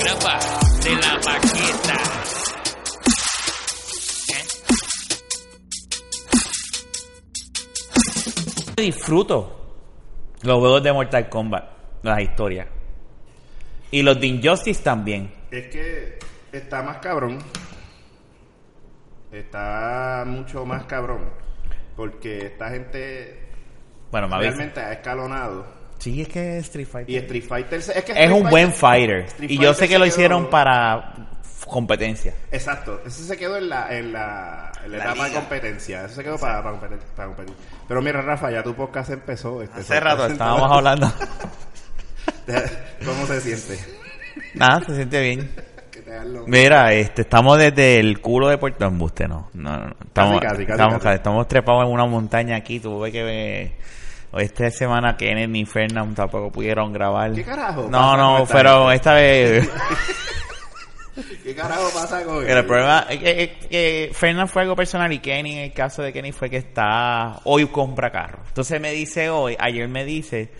tapa de la maqueta. Disfruto los juegos de Mortal Kombat, las historias. Y los de Injustice también. Es que está más cabrón. Está mucho más cabrón. Porque esta gente Bueno, me avisa. realmente ha escalonado. Sí, es que Street Fighter. Y Street Fighter se- es, que es Street un buen fighter. Street y yo sé Fighter que lo se quedó- hicieron para f- competencia. Exacto, ese se quedó en la, en la, en la La etapa de liga. competencia. Ese se quedó para, para, competir, para competir. Pero mira, Rafa, ya tu podcast empezó. Este, Hace rato Estábamos hablando. ¿Cómo se siente? Nada, se siente bien. Que te hagan lo- Mira, este, estamos desde el culo de Puerto Embuste, no. No, no, no. Estamos, Casi, casi, casi, estamos, casi. estamos trepados en una montaña aquí. Tuve que ver. Esta semana Kenneth ni Fernand tampoco pudieron grabar. ¿Qué carajo No, pasa con no, esta pero esta vez. ¿Qué carajo pasa con el problema es que, es que Fernan fue algo personal y Kenny, en el caso de Kenny, fue que está. Hoy compra carro. Entonces me dice hoy, ayer me dice.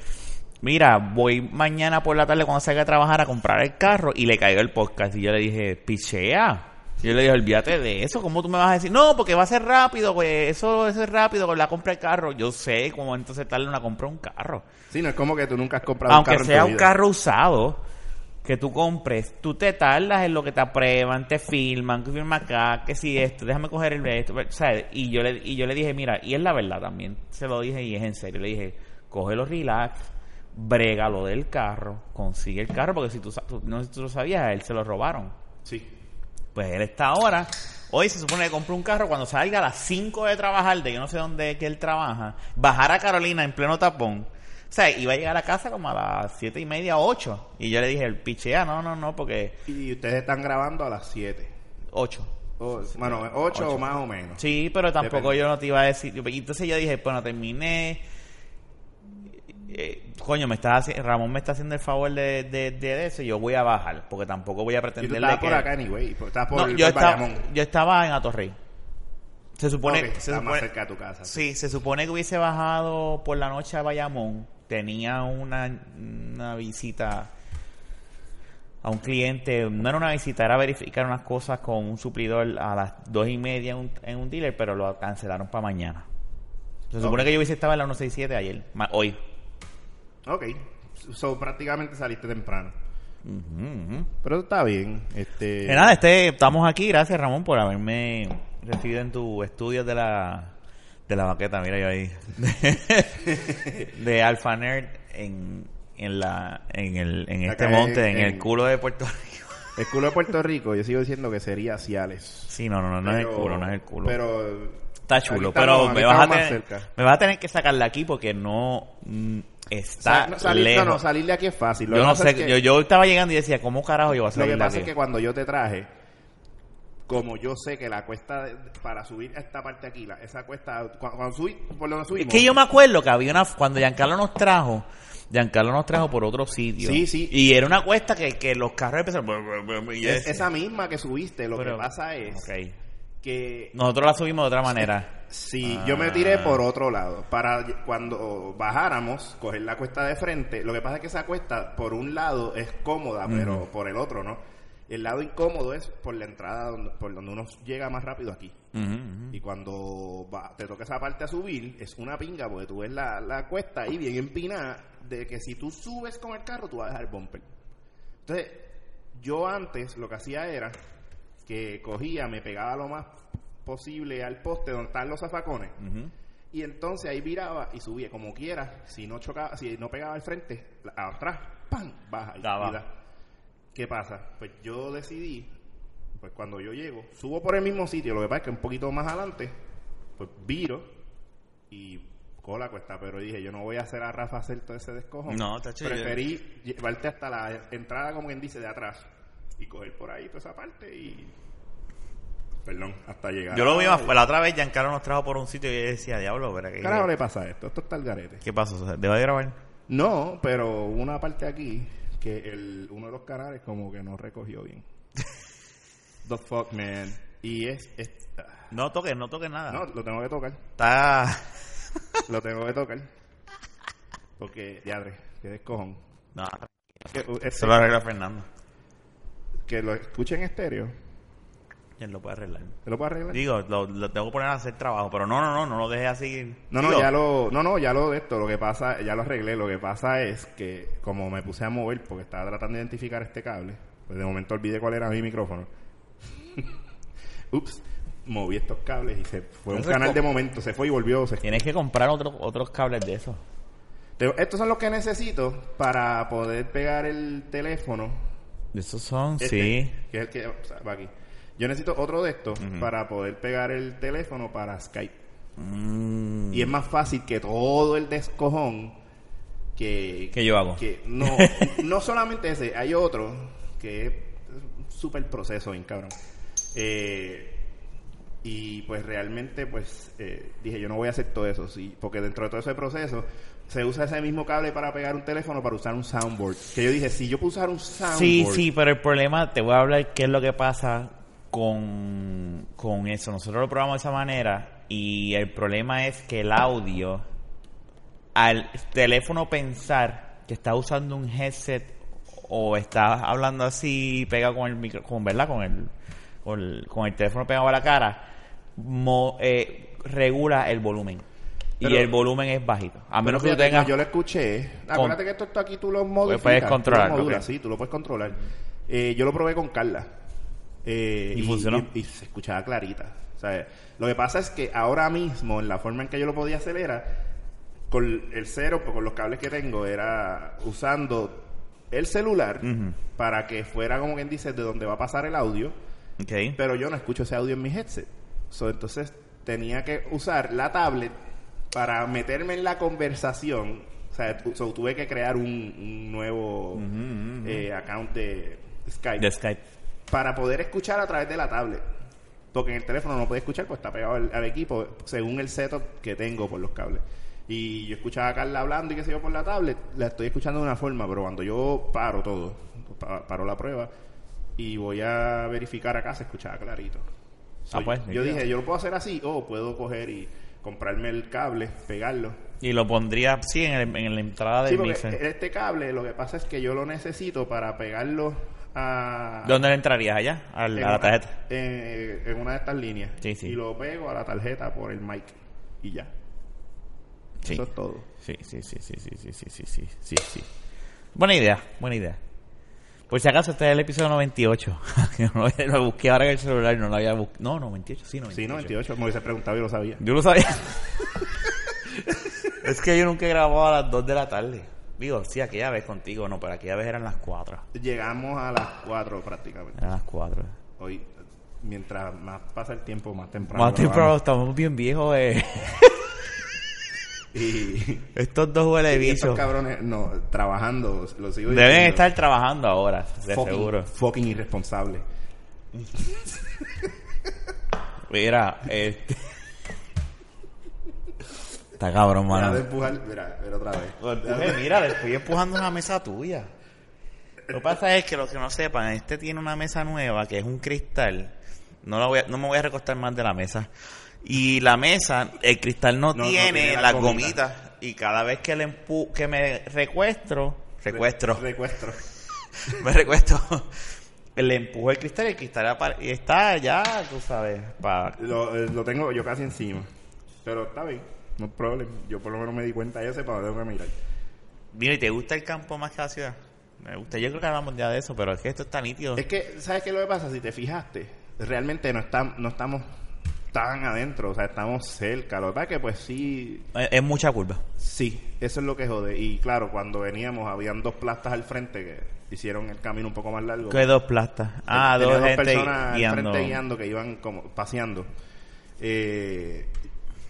Mira, voy mañana por la tarde cuando salga a trabajar a comprar el carro y le cayó el podcast y yo le dije, pichea. Yo le dije, olvídate de eso, ¿cómo tú me vas a decir? No, porque va a ser rápido, güey, eso, eso es rápido con la compra del carro. Yo sé cómo entonces tarda una compra de un carro. Sí, no es como que tú nunca has comprado Aunque un carro en sea tu un vida. carro usado que tú compres, tú te tardas en lo que te aprueban, te filman, que firma acá, que si esto, déjame coger el esto, o sea, y yo le y yo le dije, mira, y es la verdad también, se lo dije y es en serio, le dije, cógelo relax, brega lo del carro, consigue el carro porque si tú, sa- tú- no sé si tú lo sabías, a él se lo robaron. Sí. Pues él está ahora. Hoy se supone que compró un carro cuando salga a las 5 de trabajar, de yo no sé dónde es que él trabaja, bajar a Carolina en pleno tapón. O sea, iba a llegar a casa como a las siete y media, 8. Y yo le dije, el pichea, no, no, no, porque Y ustedes están grabando a las 7. 8. O, Oh, bueno, 8 o más o menos. Sí, pero tampoco Depende. yo no te iba a decir. Y Entonces yo dije, bueno, terminé. Eh, coño, me está haci- Ramón me está haciendo el favor de, de, de eso. Yo voy a bajar, porque tampoco voy a Y tú pretender estabas de por que- acá, anyway. por- Estabas por, No, yo, por estaba- Bayamón. yo estaba en Atorrey. Se supone, Ok, se está supone- más cerca de tu casa. sí, se supone que hubiese bajado por la noche a Bayamón. Tenía una, una visita a un cliente, no era una visita, era verificar unas cosas con un suplidor a las dos y media en un, en un dealer, pero lo cancelaron para mañana. Se supone que yo hubiese estado en la 167 ayer, ma- hoy. Ok. So, prácticamente saliste temprano. Pero está bien. Este, Eh, nada, este, estamos aquí. Gracias, Ramón, por haberme recibido en tu estudio de la, de la baqueta. Mira yo ahí. de Alpha Nerd en, en, la, en, el, en este Acá en- monte, en, el en- culo de Puerto Rico. El culo de Puerto Rico, yo sigo diciendo que sería Ciales. Sí, no, no, no, no es el Pero- culo, no es el culo. Pero. está chulo, aquí pero estamos- aquí me vas, a estamos más tener, cerca. me vas a tener que sacarla aquí porque no mm, está Sa- no, salir, lejos. no, no, salir de aquí es fácil. Lo yo que no pasa sé, es que- yo, yo estaba llegando y decía, ¿cómo carajo yo voy a Lo salir que de pasa es aquí? que cuando yo te traje, como yo sé que la cuesta de- para subir a esta parte aquí, la, esa cuesta, cu- cuando, subí, por donde Es subimos. que yo me acuerdo que había una. Cuando Giancarlo nos trajo, Giancarlo nos trajo por otro sitio. Sí, sí. Y era una cuesta que, que los carros empezaron. y Es- ese. esa misma que subiste, lo Pero- que pasa es Ok. que Nosotros la subimos de otra manera. si Ah. yo me tiré por otro lado, para cuando bajáramos, coger la cuesta de frente, lo que pasa es que esa cuesta por un lado es cómoda, pero por el otro no. El lado incómodo es por la entrada, donde- por donde uno llega más rápido aquí. Ujú, ujú. Y cuando va- te toca esa parte a subir, es una pinga porque tú ves la, la cuesta ahí bien empinada, de que si tú subes con el carro, tú vas a dejar bumper. Entonces, yo antes lo que hacía era que cogía, me pegaba lo más posible al poste donde están los zafacones, y entonces ahí viraba y subía como quiera, si no chocaba, si no pegaba al frente, la- atrás, ¡pam! baja y, Da, va. y da. ¿Qué pasa? Pues yo decidí, pues cuando yo llego, subo por el mismo sitio, lo que pasa es que un poquito más adelante, pues viro y cojo la cuesta, pero dije, yo no voy a hacer a Rafa hacer todo ese descojo. No, está chido. Preferí llevarte hasta la entrada, como quien dice, de atrás y coger por ahí toda esa parte y... Perdón, hasta llegar. Yo lo vi a- más. La otra vez Giancarlo nos trajo por un sitio y yo decía, diablo, ¿verdad? ¿Qué ¿qué, carajo le pasa a esto? Esto está el garete. ¿Qué pasó? O sea, ¿Debo de grabar? No, pero hubo una parte aquí que el, uno de los canales como que no recogió bien. The fuck, man. Y es... es- ah, No toques, no toques nada. no, lo tengo que tocar. Está. Lo tengo que tocar. Porque, diadre, qué descojón. No, Que, uh, se ese- lo arregla Fernando. que lo escuche en estéreo. Él lo puede arreglar. ¿Te lo puedo arreglar? Digo, lo, lo tengo que poner a hacer trabajo, pero no, no, no, no lo dejes así. No, Digo, no, ya lo, no, no, ya lo de esto, lo que pasa, ya lo arreglé, lo que pasa es que como me puse a mover porque estaba tratando de identificar este cable, pues de momento olvidé cuál era mi micrófono. Ups, moví estos cables y se fue un Eso es canal de como- momento, se fue y volvió. se- Tienes que comprar otro- otros cables de esos. Te- Estos son los que necesito para poder pegar el teléfono. Esos son, este, sí. Que es el que o sea, va aquí. Yo necesito otro de estos para poder pegar el teléfono para Skype. Mm, Y es más fácil que todo el descojón que... ¿Qué yo hago? que- no, no solamente ese, hay otro que es un súper proceso, bien cabrón. Eh, y pues realmente, pues eh, dije, yo no voy a hacer todo eso, sí, porque dentro de todo ese proceso se usa ese mismo cable para pegar un teléfono para usar un soundboard. Que yo dije, si yo puedo usar un soundboard... Sí, sí, pero el problema, te voy a hablar qué es lo que pasa con, con eso. Nosotros lo probamos de esa manera y el problema es que el audio, al teléfono pensar que está usando un headset o está hablando así, pega con el micro, con, ¿verdad? Con el, con el, con el teléfono pegado a la cara, mo- eh, regula el volumen. y Pero- el volumen es bajito. A Pero menos que tú fíjate, tengas... Yo lo escuché. Acuérdate que esto, esto aquí tú lo modificas. puedes tú lo controlarlo, modulas, ok. Sí, tú lo puedes controlar. Eh, yo lo probé con Carla. Eh, ¿Y funcionó? Y, y se escuchaba clarita. O sea, lo que pasa es que ahora mismo, en la forma en que yo lo podía hacer era con el cero, pues, con los cables que tengo, era usando el celular Ujú. para que fuera, como quien dice, de donde va a pasar el audio Ok. pero yo no escucho ese audio en mi headset. So, entonces tenía que usar la tablet para meterme en la conversación. O sea, tu- so, tuve que crear un, un nuevo eh, account de Skype De Skype. para poder escuchar a través de la tablet. Porque en el teléfono no puede escuchar, pues está pegado al, al equipo según el setup que tengo por los cables. Y yo escuchaba a Carla hablando y qué sé yo por la tablet, la estoy escuchando de una forma, pero cuando yo paro todo, pa- paro la prueba y voy a verificar acá, se escuchaba clarito. So, Ah, pues, mira. yo dije, yo lo puedo hacer así, o puedo coger y comprarme el cable, pegarlo. Y lo pondría, sí, en, el- en la entrada del Sí, porque mixer. este cable lo que pasa es que yo lo necesito para pegarlo a... ¿Dónde le entrarías allá? Al- en a la una- tarjeta. En, eh, en una de estas líneas. Sí, sí. Y lo pego a la tarjeta por el mic. Y ya. Sí. Eso es todo. Sí, sí, sí, sí, sí, sí, sí, sí, sí, sí, sí. Buena idea, buena idea. Por si acaso, este es el episodio 98. Que no lo, lo busqué ahora en el celular, no lo había buscado. No, 98, sí, 98. Sí, 98. Me hubiese preguntado, yo lo sabía. Yo lo sabía. es que yo nunca grababa a las 2 de la tarde. Digo, sí, aquella vez contigo, no, pero aquella vez eran las 4. Llegamos a las 4 prácticamente. Eran las 4. Hoy, mientras más pasa el tiempo, más temprano. Más temprano, grabamos. estamos bien viejos. Eh. Y, Estos dos huele y bicho. estos cabrones, no, trabajando, lo sigo Deben diciendo. estar trabajando ahora, de fucking, seguro. Fucking irresponsable. Mira, este. Está cabrón, Deja de mano. empujar, mira, mira otra vez. Empuje, Pues, mira, le estoy empujando una mesa tuya. Lo que pasa es que los que no sepan, este tiene una mesa nueva que es un cristal. No, la voy a- no me voy a recostar más de la mesa. Y la mesa, el cristal no, No, no tiene, tiene las las gomitas. gomitas. Y cada vez que, le empu que me recuestro, recuestro, Recuestro. me recuesto, le empujo el cristal y el cristal apa- y está ya, tú sabes, para Lo, eh, lo tengo yo casi encima. Pero está bien, no es problema. Yo por lo menos me di cuenta ya sé para dónde tengo que mirar. Mira, ¿y te gusta el campo más que la ciudad? Me gusta. Yo creo que hablamos ya de eso, pero es que esto está nítido. Es que, ¿sabes qué es lo que pasa? Si te fijaste, realmente no, está, no estamos tan adentro, o sea, estamos cerca. Lo tal que pues sí, Es, es mucha curva. sí, eso es lo que jode. Y claro, cuando veníamos habían dos plastas al frente que hicieron el camino un poco más largo. ¿Qué dos plastas? Ah, Tenía dos, gente personas guiando. al frente guiando que iban como paseando. Eh,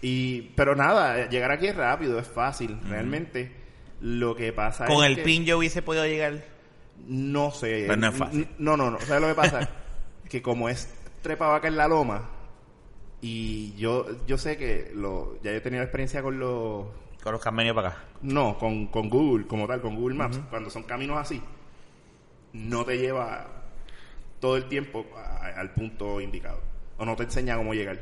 y pero nada, llegar aquí es rápido, es fácil, realmente. Lo que pasa Con es el que- pin yo hubiese podido llegar. no sé. Pero no es fácil. N- No, no, no. ¿Sabes lo que pasa? que como es trepavaca en la loma, y yo, yo sé que lo, ya yo he tenido experiencia con los. Con los que han venido para acá. No, con, con Google, como tal, con Google Maps. Cuando son caminos así, no te lleva todo el tiempo a- a- al punto indicado. O no te enseña cómo llegar.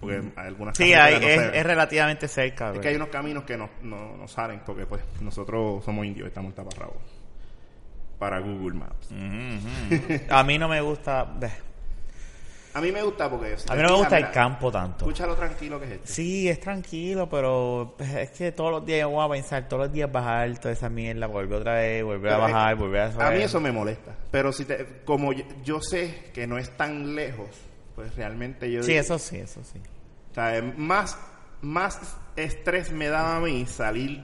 Porque hay algunas Sí, carreteras hay- no es, se- es relativamente cerca. es bro. que hay unos caminos que no, no, no salen porque pues nosotros somos indios, estamos taparrabos. para Google Maps. Mm. A mí no me gusta. beh, A mí me gusta porque... A mí no me gusta el mira, campo tanto. Escucha lo tranquilo que es este. esto. Sí, es tranquilo, pero pues, es que todos los días yo voy a pensar, todos los días bajar toda esa mierda, volver otra vez, volver a Pero es- bajar, volver a subir. A mí eso me molesta. Pero si te, como yo, yo sé que no es tan lejos, pues realmente yo... Sí, digo, eso sí, eso sí. O sea, eh, más, más estrés me daba a mí salir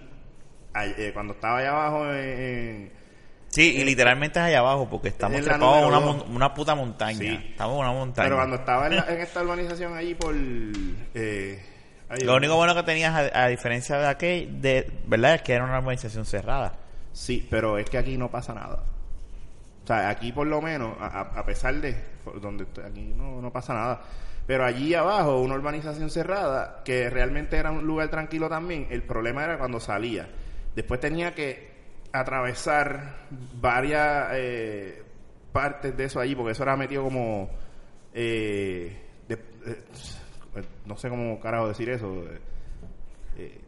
a- eh, cuando estaba allá abajo en... en- Sí, y literalmente es allá abajo, porque estamos Es la trepados a una, número dos. mon- una puta montaña. Sí. Estamos en una montaña. pero cuando estaba en, la- en esta urbanización allí por... eh, ahí- Lo único bueno que tenías, a, a diferencia de aquel, de, ¿verdad? Es que era una organización cerrada. Sí, pero es que aquí no pasa nada. O sea, aquí por lo menos, a, a- a pesar de por donde estoy, aquí no, no pasa nada. Pero allí abajo, una urbanización cerrada, que realmente era un lugar tranquilo también, el problema era cuando salía. Después tenía que atravesar varias eh, partes de eso allí, porque eso era metido como... eh, de- eh, no sé cómo carajo decir eso. eh, eh,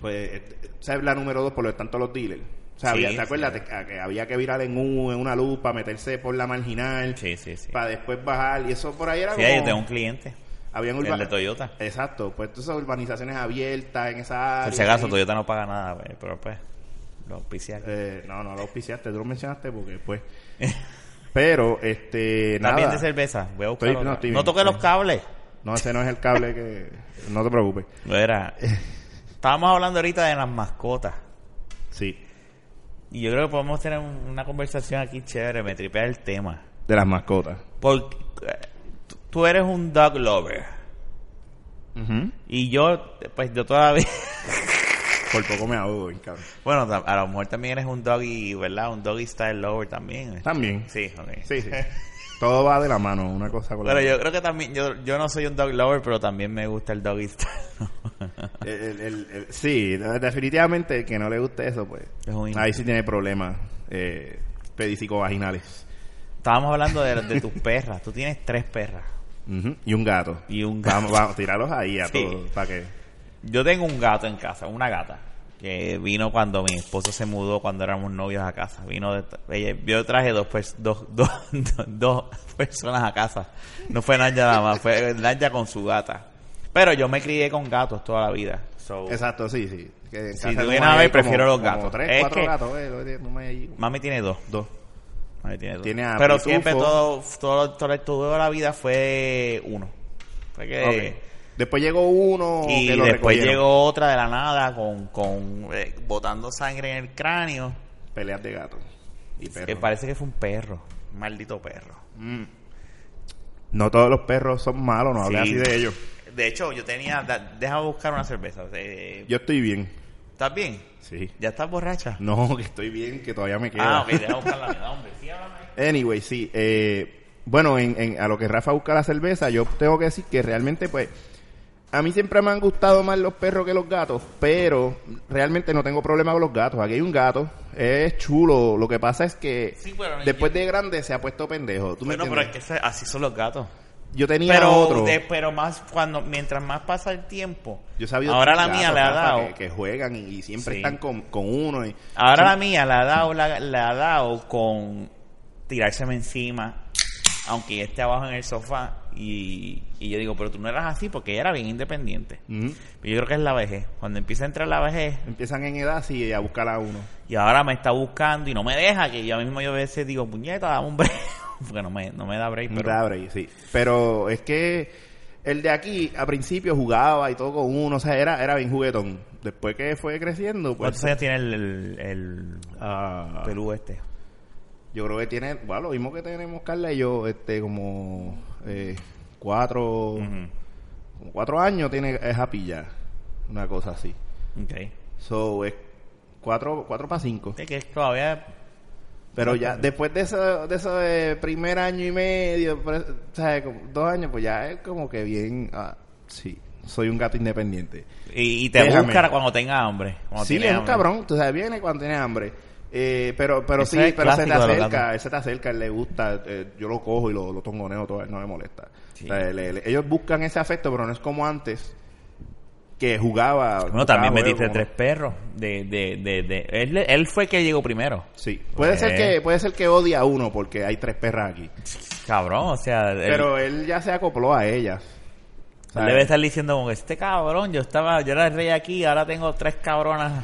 pues este, ¿sabes? la número dos por lo tanto los dealers o sea, Sí, había- ¿te acuerdas Te- a- que había que virar en, un, en una lupa meterse por la marginal Sí, sí, sí. para después bajar y eso por ahí era Sí, como yo tengo un cliente, habían urba- el de Toyota. exacto pues todas esas urbanizaciones abiertas en esa área Por si acaso, ahí. Toyota no paga nada, pues, pero pues, lo oficial. Eh, no no lo auspiciaste tú lo mencionaste porque pues pero este También de nada cerveza, voy a buscar Estoy- otra. no, no, estoy bien, toques estoy los bien. cables. no ese no es el cable que no te preocupes Mira, estábamos hablando ahorita de las mascotas. sí Y yo creo que podemos tener un- una conversación aquí chévere, me tripea el tema. de las mascotas Porque eh, tú- tú eres un dog lover. Ujú. Y yo, pues yo todavía... por poco me ahogo bien, cabrón. Bueno, ta- a lo mejor también eres un doggy, ¿verdad? Un doggy style lover también. también Sí, ok. Sí, sí. Todo va de la mano, una cosa con Pero la yo creo que también, yo, yo no soy un dog lover, pero también me gusta el doggy style. El- el- el- el- sí, definitivamente el que no le guste eso, pues. Es un Ahí sí tiene problemas eh, pedicicos vaginales. Estábamos hablando de, de tus perras. Tú tienes tres perras. Ujú. Y un gato. Y un gato. Vamos, vamos, tirarlos ahí a Sí. todos. ¿Para que Yo tengo un gato en casa, una gata, que vino cuando mi esposo se mudó, cuando éramos novios a casa. Vino de, ella- yo traje dos, pers- dos, dos, dos, dos personas a casa. No fue Naya nada más, fue Naya con su gata. Pero yo me crié con gatos toda la vida. So, Exacto, sí, sí. Que en Si casa tú no vienes hay a ver, ahí como- prefiero los como gatos. tres, Es cuatro que- gatos, eh, lo que tiene, no hay ahí Mami tiene dos. Dos. Mami tiene dos. Tiene a Pero Pitufo. siempre todo, todo, todo- toda la vida fue uno. Fue que... Ok. Después llegó uno Y que lo después recogieron. llegó otra de la nada con, con eh, botando sangre en el cráneo. Peleas de gatos. Y perros. Que parece que fue un perro. Un maldito perro. Mm. No todos los perros son malos, no hables Sí. así de ellos. De hecho, yo tenía. da- deja buscar una cerveza. Eh, Yo estoy bien. ¿Estás bien? Sí. ¿Ya estás borracha? No, que estoy bien, que todavía me queda. Ah, ok, deja buscar la mía, hombre. Sí, háblame. Anyway, sí. eh, bueno, en, en- a lo que Rafa busca la cerveza, yo tengo que decir que realmente, pues, a mí siempre me han gustado más los perros que los gatos, pero realmente no tengo problema con los gatos. Aquí hay un gato, es chulo. Lo que pasa es que Sí, pero no- después de grande se ha puesto pendejo. ¿tú me Bueno, pero es entiendes? que ese- así son los gatos. Yo tenía Pero, otro. de- pero más cuando mientras más pasa el tiempo. Yo sabía ahora la mía le ha dado. Que, que juegan y, y siempre Sí. Ah. están con, con uno. Y, Ahora Sí. la mía la ha dado, la, la ha dado con tirárseme encima, aunque ella esté abajo en el sofá. Y, y yo digo, pero tú no eras así porque ella era bien independiente. Ujú. Pero yo creo que es la vejez. Cuando empieza a entrar la vejez, Empiezan en edad así a buscar a uno. y ahora me está buscando y no me deja, que yo mismo yo a veces digo, puñeta, dame un break. Porque no me, no me da break. Un Pero, Raspberry, sí. Pero es que el de aquí, a principio jugaba y todo con uno, o sea, era, era bien juguetón. Después que fue creciendo, ¿Cuántos pues. años tiene el, el, el ah, pelú este? yo creo que tiene, bueno, lo mismo que tenemos Carla y yo, este, como eh, cuatro, como cuatro años tiene es Happy ya, una cosa así. Ok. So, es cuatro, cuatro para cinco. Sí, Que es todavía Pero ya, después de eso, de eso de primer año y medio, por eso- o sea, como dos años, pues ya es como que bien, ah, sí, soy un gato independiente. Y, y te Déjame. busca cuando tenga hambre. Cuando Sí, tiene es un hambre. cabrón, tú sabes, viene cuando tiene hambre. Eh, pero pero Ese sí, es pero se te clásico de los acerca, gatos. él se te acerca, él le gusta, eh, yo lo cojo y lo, lo tongoneo todo, él no me molesta. Sí. O sea, le- le- ellos buscan ese afecto, pero no es como antes, que jugaba. Bueno, también jugaba metiste juegos, tres ¿no? perros. De, de, de, de- Él, él fue el que llegó primero. Sí. Puede Eh. ser que puede ser que odie a uno porque hay tres perras aquí. Cabrón, o sea. él- Pero él ya se acopló a ellas. él ¿sabes? debe estar diciendo como que este cabrón, yo estaba, yo era el rey aquí, ahora tengo tres cabronas.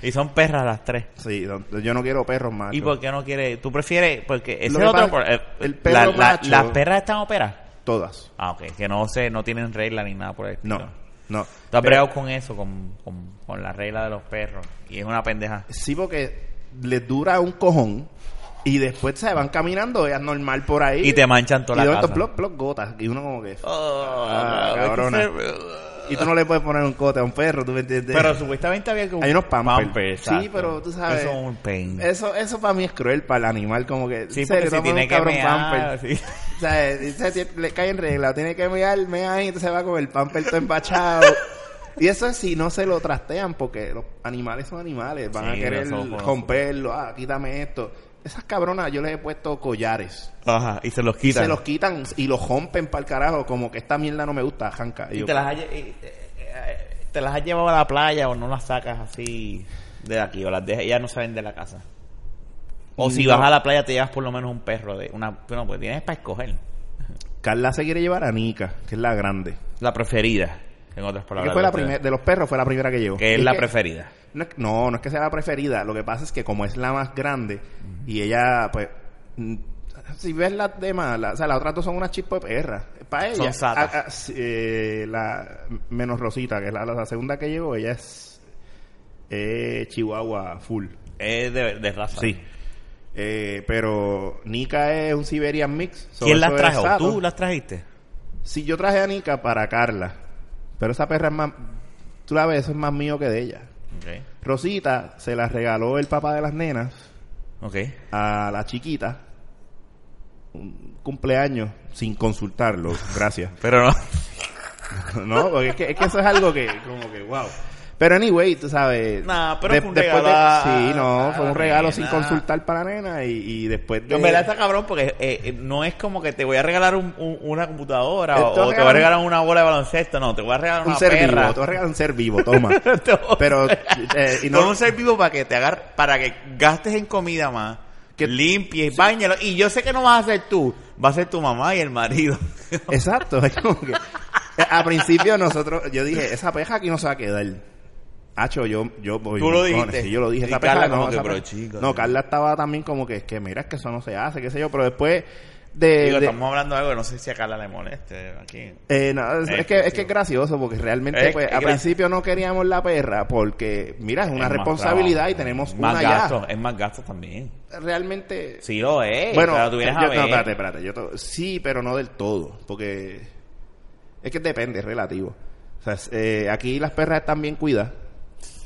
y son perras las tres. Sí, don- yo no quiero perros más. ¿Y por qué no quiere? ¿Tú prefieres? Porque ese Lo es que otro. pasa es pro- eh, que el perro la- la- macho- ¿Las perras están operadas? Todas. Ah, ok. Que no se, no tienen regla ni nada por el estilo. No, no. Tú has Pero- bregado con eso, con, con, con la regla de los perros. Y es una pendeja. Sí, porque les dura un cojón y después se van caminando, ellas normal por ahí. Y te manchan toda y de la momento, casa. plop, plop, gotas. Y uno como que... Oh, Ah, no, es que cabrona. se- Y tú no le puedes poner un cote a un perro, ¿tú me entiendes? Pero supuestamente había que Hay unos pampers. sí, exacto. pero tú sabes... Eso es un pain. Eso, eso para mí es cruel, para el animal, como que... Sí, en porque serio, si toma un tiene que cabrón mear, pamper. sí. O sea, dice, ti- le cae en regla, tiene que mear, mea y entonces va con el pamper todo empachado. y eso es si no se lo trastean, porque los animales son animales, van Sí, a querer los ojos. romperlo, ah, quítame esto. Esas cabronas yo les he puesto collares. Ajá, y se los Y quitan. se los quitan y los rompen para el carajo, como que esta mierda no me gusta, janca. Y Y yo, te las, has, lle- y, eh, eh, te las has llevado a la playa o no las sacas así de aquí o las dejas, ellas no salen de la casa. O si No. vas a la playa te llevas por lo menos un perro de una, bueno, pues tienes para escoger Carla se quiere llevar a Nika, que es la grande. la preferida, en otras Que palabras. fue de la ustedes. primera, de los perros fue la primera que llegó. que es Y la que- preferida. No, es- no, no es que sea la preferida. Lo que pasa es que como es la más grande y ella, pues, mm, si ves las demás, la- o sea, las otras dos son unas chispas de perra. Para ella, Son satas. ah, ah, sí, eh, la menos Rosita, que es la, la segunda que llegó, ella es eh, Chihuahua full. Es de, de raza. Sí. Eh, pero Nika es un Siberian mix. so ¿Quién las eso es trajo? sato. ¿Tú las trajiste? Sí, yo traje a Nika para Carla. Pero esa perra es más, tú la ves, eso es más mío que de ella. Ok. Rosita se la regaló el papá de las nenas Ok. a la chiquita. Un cumpleaños sin consultarlo. Gracias. Pero no. no, porque es que, es que eso es algo que, como que, wow. Pero anyway, tú sabes. Nah, pero fue un después regalo a- sí, no, a fue un la regalo sin nena. consultar para la nena y, y después de. En verdad está cabrón porque eh, eh, no es como que te voy a regalar un- un- una computadora o, Esto o te voy a regalan- regalar una bola de baloncesto. No, te voy a regalar un una ser perra. vivo, te regalan un ser vivo, toma. Te voy a- pero. eh, y Con no, un ser vivo para que te agar para que gastes en comida más, que limpies, bañalo. Y yo sé que no vas a ser tú, va a ser tu mamá y el marido. Exacto, es como que. A principio nosotros, yo dije, esa peja aquí no se va a quedar. Hacho, yo, yo voy. Tú lo con- dijiste. sí, yo lo dije. Y esa Carla peja, como no, que, esa pero peja- chico, No, sí. Carla estaba también como que, es que mira, es que eso no se hace, qué sé yo. Pero después de. Digo, de- estamos hablando de algo que no sé si a Carla le moleste aquí. eh, no, es, Eh, es que, es que es gracioso porque realmente Es pues, que a gra- principio no queríamos la perra porque, mira, es una Es más responsabilidad y trabajo. tenemos más una gasto, Es más gasto también. ya. Realmente. Sí lo es. Bueno, pero tú vienes a yo- no, ver. espérate, espérate. Yo to- sí, pero no del todo. Porque es que depende, es relativo. O sea, es- eh, aquí las perras están bien cuidadas.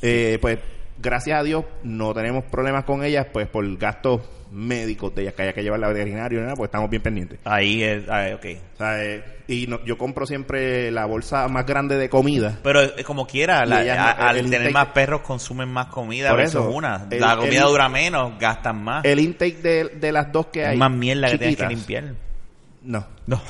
Eh, pues gracias a Dios no tenemos problemas con ellas, pues por gastos médicos de ellas que haya que llevarla al veterinario, nada, pues estamos bien pendientes. Ahí es, ah, ok. O sea, eh, y no- yo compro siempre la bolsa más grande de comida. Pero eh, como quiera, la- Y ella no- a- al el tener intake- más perros consumen más comida, Por versus eso, una. el- la comida el- dura menos, gastan más. El intake de, de las dos que hay. Ah. es más mierda que tienes que chiquitas, limpiar. No. No.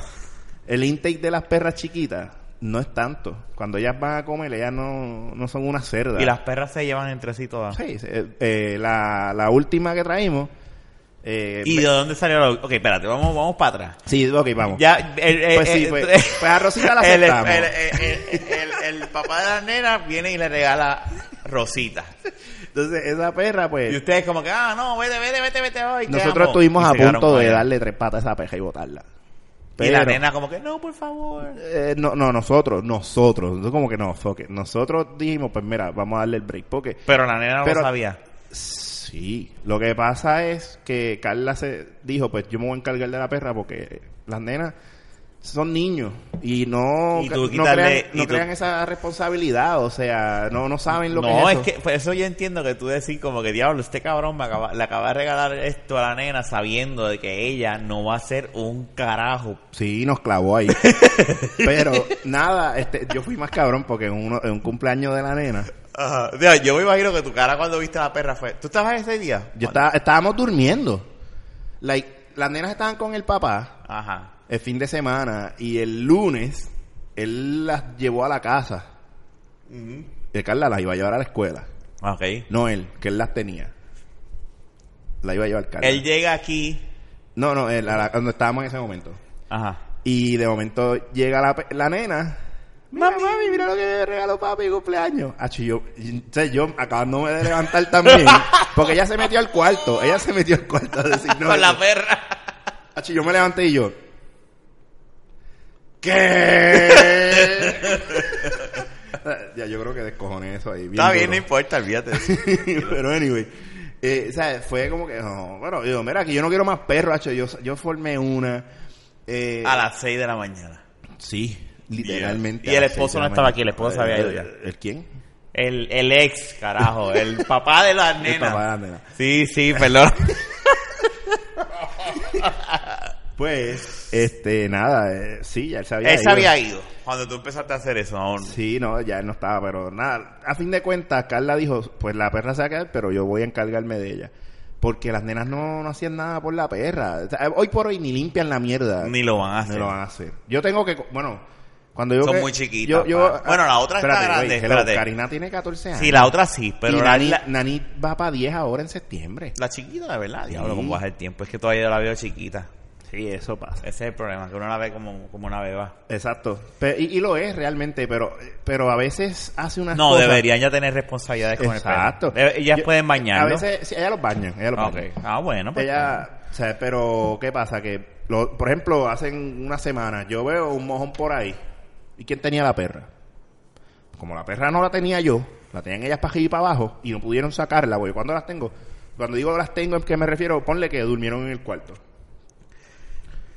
El intake de las perras chiquitas no es tanto. Cuando ellas van a comer, ellas no, no son una cerda. Y las perras se llevan entre sí todas. Sí, sí, eh, eh, la, la última que traímos. eh, ¿Y ve- de dónde salió la... Ok, espérate, vamos, vamos para atrás. Sí, ok, vamos. Ya, el, el- Pues sí, el- pues- pues a Rosita la el, aceptamos. el- el- el- el- el papá de la nena viene y le regala Rosita. Entonces, esa perra, Y pues. ustedes como que, ah, no, vete, vete, vete, vete hoy. te Nosotros amo. estuvimos Y a se quedaron punto con de ella. darle tres patas a esa perra y botarla. Y la Pero- nena como que, no, por favor. Eh, no, no, nosotros, nosotros. Nosotros, como que no, fuck it. Nosotros dijimos, pues mira, vamos a darle el break. Porque Pero la nena no Pero- lo sabía. Sí, lo que pasa es que Carla se dijo, pues yo me voy a encargar de la perra porque las nenas son niños y no, Y tú no, quitarle- crean, no y tú- crean esa responsabilidad, o sea, no, no saben lo no, que es, es eso. que por eso yo entiendo que tú decís como que diablo, este cabrón me acaba, le acaba de regalar esto a la nena sabiendo de que ella no va a ser un carajo. Sí, nos clavó ahí. Pero nada, este, yo fui más cabrón porque en, uno, en un cumpleaños de la nena, Ajá. O sea, yo me imagino que tu cara cuando viste a la perra fue, ¿tú estabas ese día? yo estaba, estábamos durmiendo. Like, las nenas estaban con el papá. Ajá. el fin de semana y el lunes él las llevó a la casa Que Carla las iba a llevar a la escuela. Ok. No él, que él las tenía. La iba a llevar Carla. Él llega aquí. No, no, él, a la- cuando estábamos en ese momento. Ajá. Y de momento llega la, pe- la nena. Mami, mami, mira lo que me regaló papi, cumpleaños. Acho, yo, y- o sea, yo acabándome de levantar también. Porque ella se metió al cuarto. Ella se metió al cuarto a decir no. Con la perra. Acho, Ah, yo me levanté y yo. ¿Qué? ya, yo creo que descojoné eso ahí. Está bien, no duro. importa, olvídate. de eso. pero anyway. Eh, o sea, fue como que, no, bueno, yo, mira, que yo no quiero más perros, hacho. Yo, yo formé una. Eh, A las 6 de la mañana. Sí, literalmente. Y el a las esposo seis de no la estaba mañana. Eh, aquí, el esposo había ido ya. ¿El, el quién? El, el ex, carajo. El papá de las nenas. El papá de la nena. Sí, sí, perdón. Pues, este, nada, eh, sí, ya él sabía. Él se había ido cuando tú empezaste a hacer eso. aún. Sí, no, ya él no estaba, pero nada. A fin de cuentas, Carla dijo, pues la perra se va a quedar, pero yo voy a encargarme de ella. Porque las nenas no, no hacían nada por la perra. O sea, hoy por hoy ni limpian la mierda. Ni lo van a hacer. No lo van a hacer. Yo tengo que. co- Bueno, cuando yo. Son que- muy chiquitas, yo- yo- pa. Bueno, la otra está grande, hello, espérate. Karina tiene 14 años. Sí, la otra sí, pero y la, Nani, la- Nani va para 10 ahora en septiembre. la chiquita, de verdad, Sí. diablo, cómo baja el tiempo. Es que todavía yo la veo chiquita. Sí, eso pasa. Ese es el problema, que uno la ve como, como una beba. Exacto. Pe- y, y lo es realmente, pero, pero a veces hace unas No, cosas- deberían ya tener responsabilidades con Exacto. el perro. Debe- Ellas Yo- pueden bañarlo. A veces, sí, ella los bañan. Ella los Ah, bañan. ok. Ah, bueno. pues, Ella, o sea, pero ¿qué pasa? Que, lo- por ejemplo, hace una semana yo veo un mojón por ahí. ¿Y quién tenía la perra? Como la perra no la tenía yo, la tenían ellas para arriba y para abajo y no pudieron sacarla, güey. ¿Cuándo las tengo? Cuando digo las tengo, ¿en qué me refiero? Ponle que durmieron en el cuarto.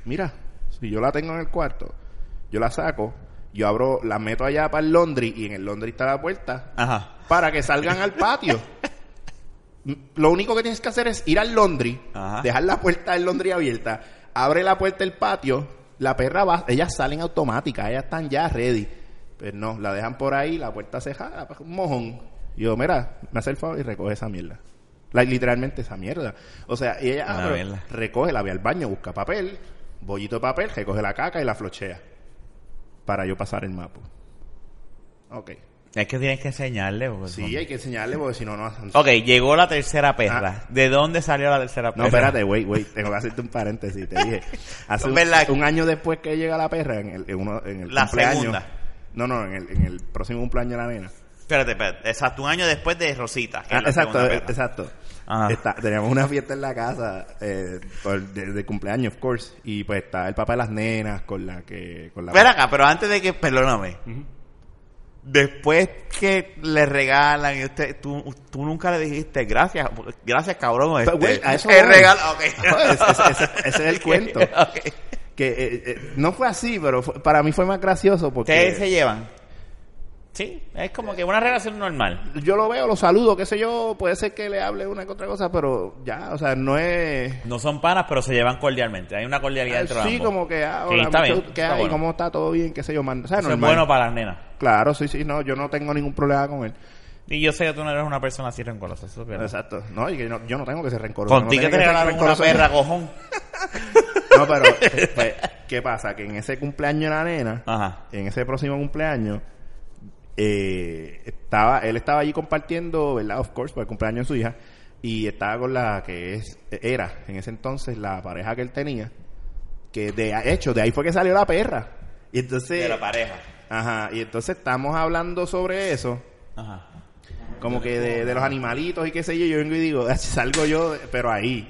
Mira, si yo la tengo en el cuarto, yo la saco, yo abro, la meto allá para el laundry y en el laundry está la puerta Ajá. para que salgan al patio. Lo único que tienes que hacer es ir al laundry, Ajá. dejar la puerta del laundry abierta, abre la puerta del patio, la perra va, ellas salen automáticas, ellas están ya ready. Pero no, la dejan por ahí, la puerta cejada, un mojón. Y yo, mira, me hace el favor y recoge esa mierda. Like, literalmente esa mierda. O sea, y ella Una abre, mierda. recoge, la ve al baño, busca papel, bollito de papel, recoge la caca y la flochea. Para yo pasar el mapa. Ok. Es que tienes que enseñarle. porque Sí, son- hay que enseñarle porque si no, no... Ok, llegó la tercera perra. ¿De dónde salió la tercera perra? No, espérate, güey, güey, tengo que hacerte un paréntesis, te dije. Hace un, ¿Verdad? un año después que llega la perra, en el, en uno, en el La cumpleaños... segunda. No, no, en el, en el próximo cumpleaños de la nena. Espérate, espérate. Exacto, un año después de Rosita. que es Ah, la exacto, segunda eh, perra. exacto. Ajá. Está- teníamos una fiesta en la casa eh, por- de, de cumpleaños, of course, y pues está el papá de las nenas con la que... Con la Ven acá, pero antes de que, perdóname. Después que le regalan y usted, tú, tú nunca le dijiste gracias, gracias cabrón. Este, Pero, güey, a eso el voy. regalo, ok. Ah, ese- ese- ese- ese es el cuento. Ok. Que eh, eh, no fue así, pero fue- para mí fue más gracioso porque... Ustedes se llevan. Sí, es como que una relación normal. yo lo veo, lo saludo, qué sé yo, puede ser que le hable una que otra cosa, pero ya, o sea, no es No son panas, pero se llevan cordialmente. Hay una cordialidad entre sí, ambos. como que ah, Sí, hola, está mucho- bien, ¿qué está hay? bueno. ¿Cómo está todo bien? qué sé yo, man, o sea, Eso es normal. bueno para las nenas. Claro, sí, sí, no, yo no tengo ningún problema con él. Y yo sé que tú no eres una persona así rencorosa. Eso es verdad. Exacto. No, y que no- yo no tengo que ser rencoroso. no Contigo tiene te que ser regalaron una rencoroso. perra, cojón. No, pero pues, ¿qué pasa? Que en ese cumpleaños de la nena, Ajá. en ese próximo cumpleaños eh, estaba él estaba allí compartiendo verdad of course por el cumpleaños de su hija y estaba con la que es era en ese entonces la pareja que él tenía que de hecho de ahí fue que salió la perra y entonces De la pareja. ajá y entonces estamos hablando sobre eso Ajá. como que de, de los animalitos y qué sé yo yo vengo y digo "Ah, salgo yo pero ahí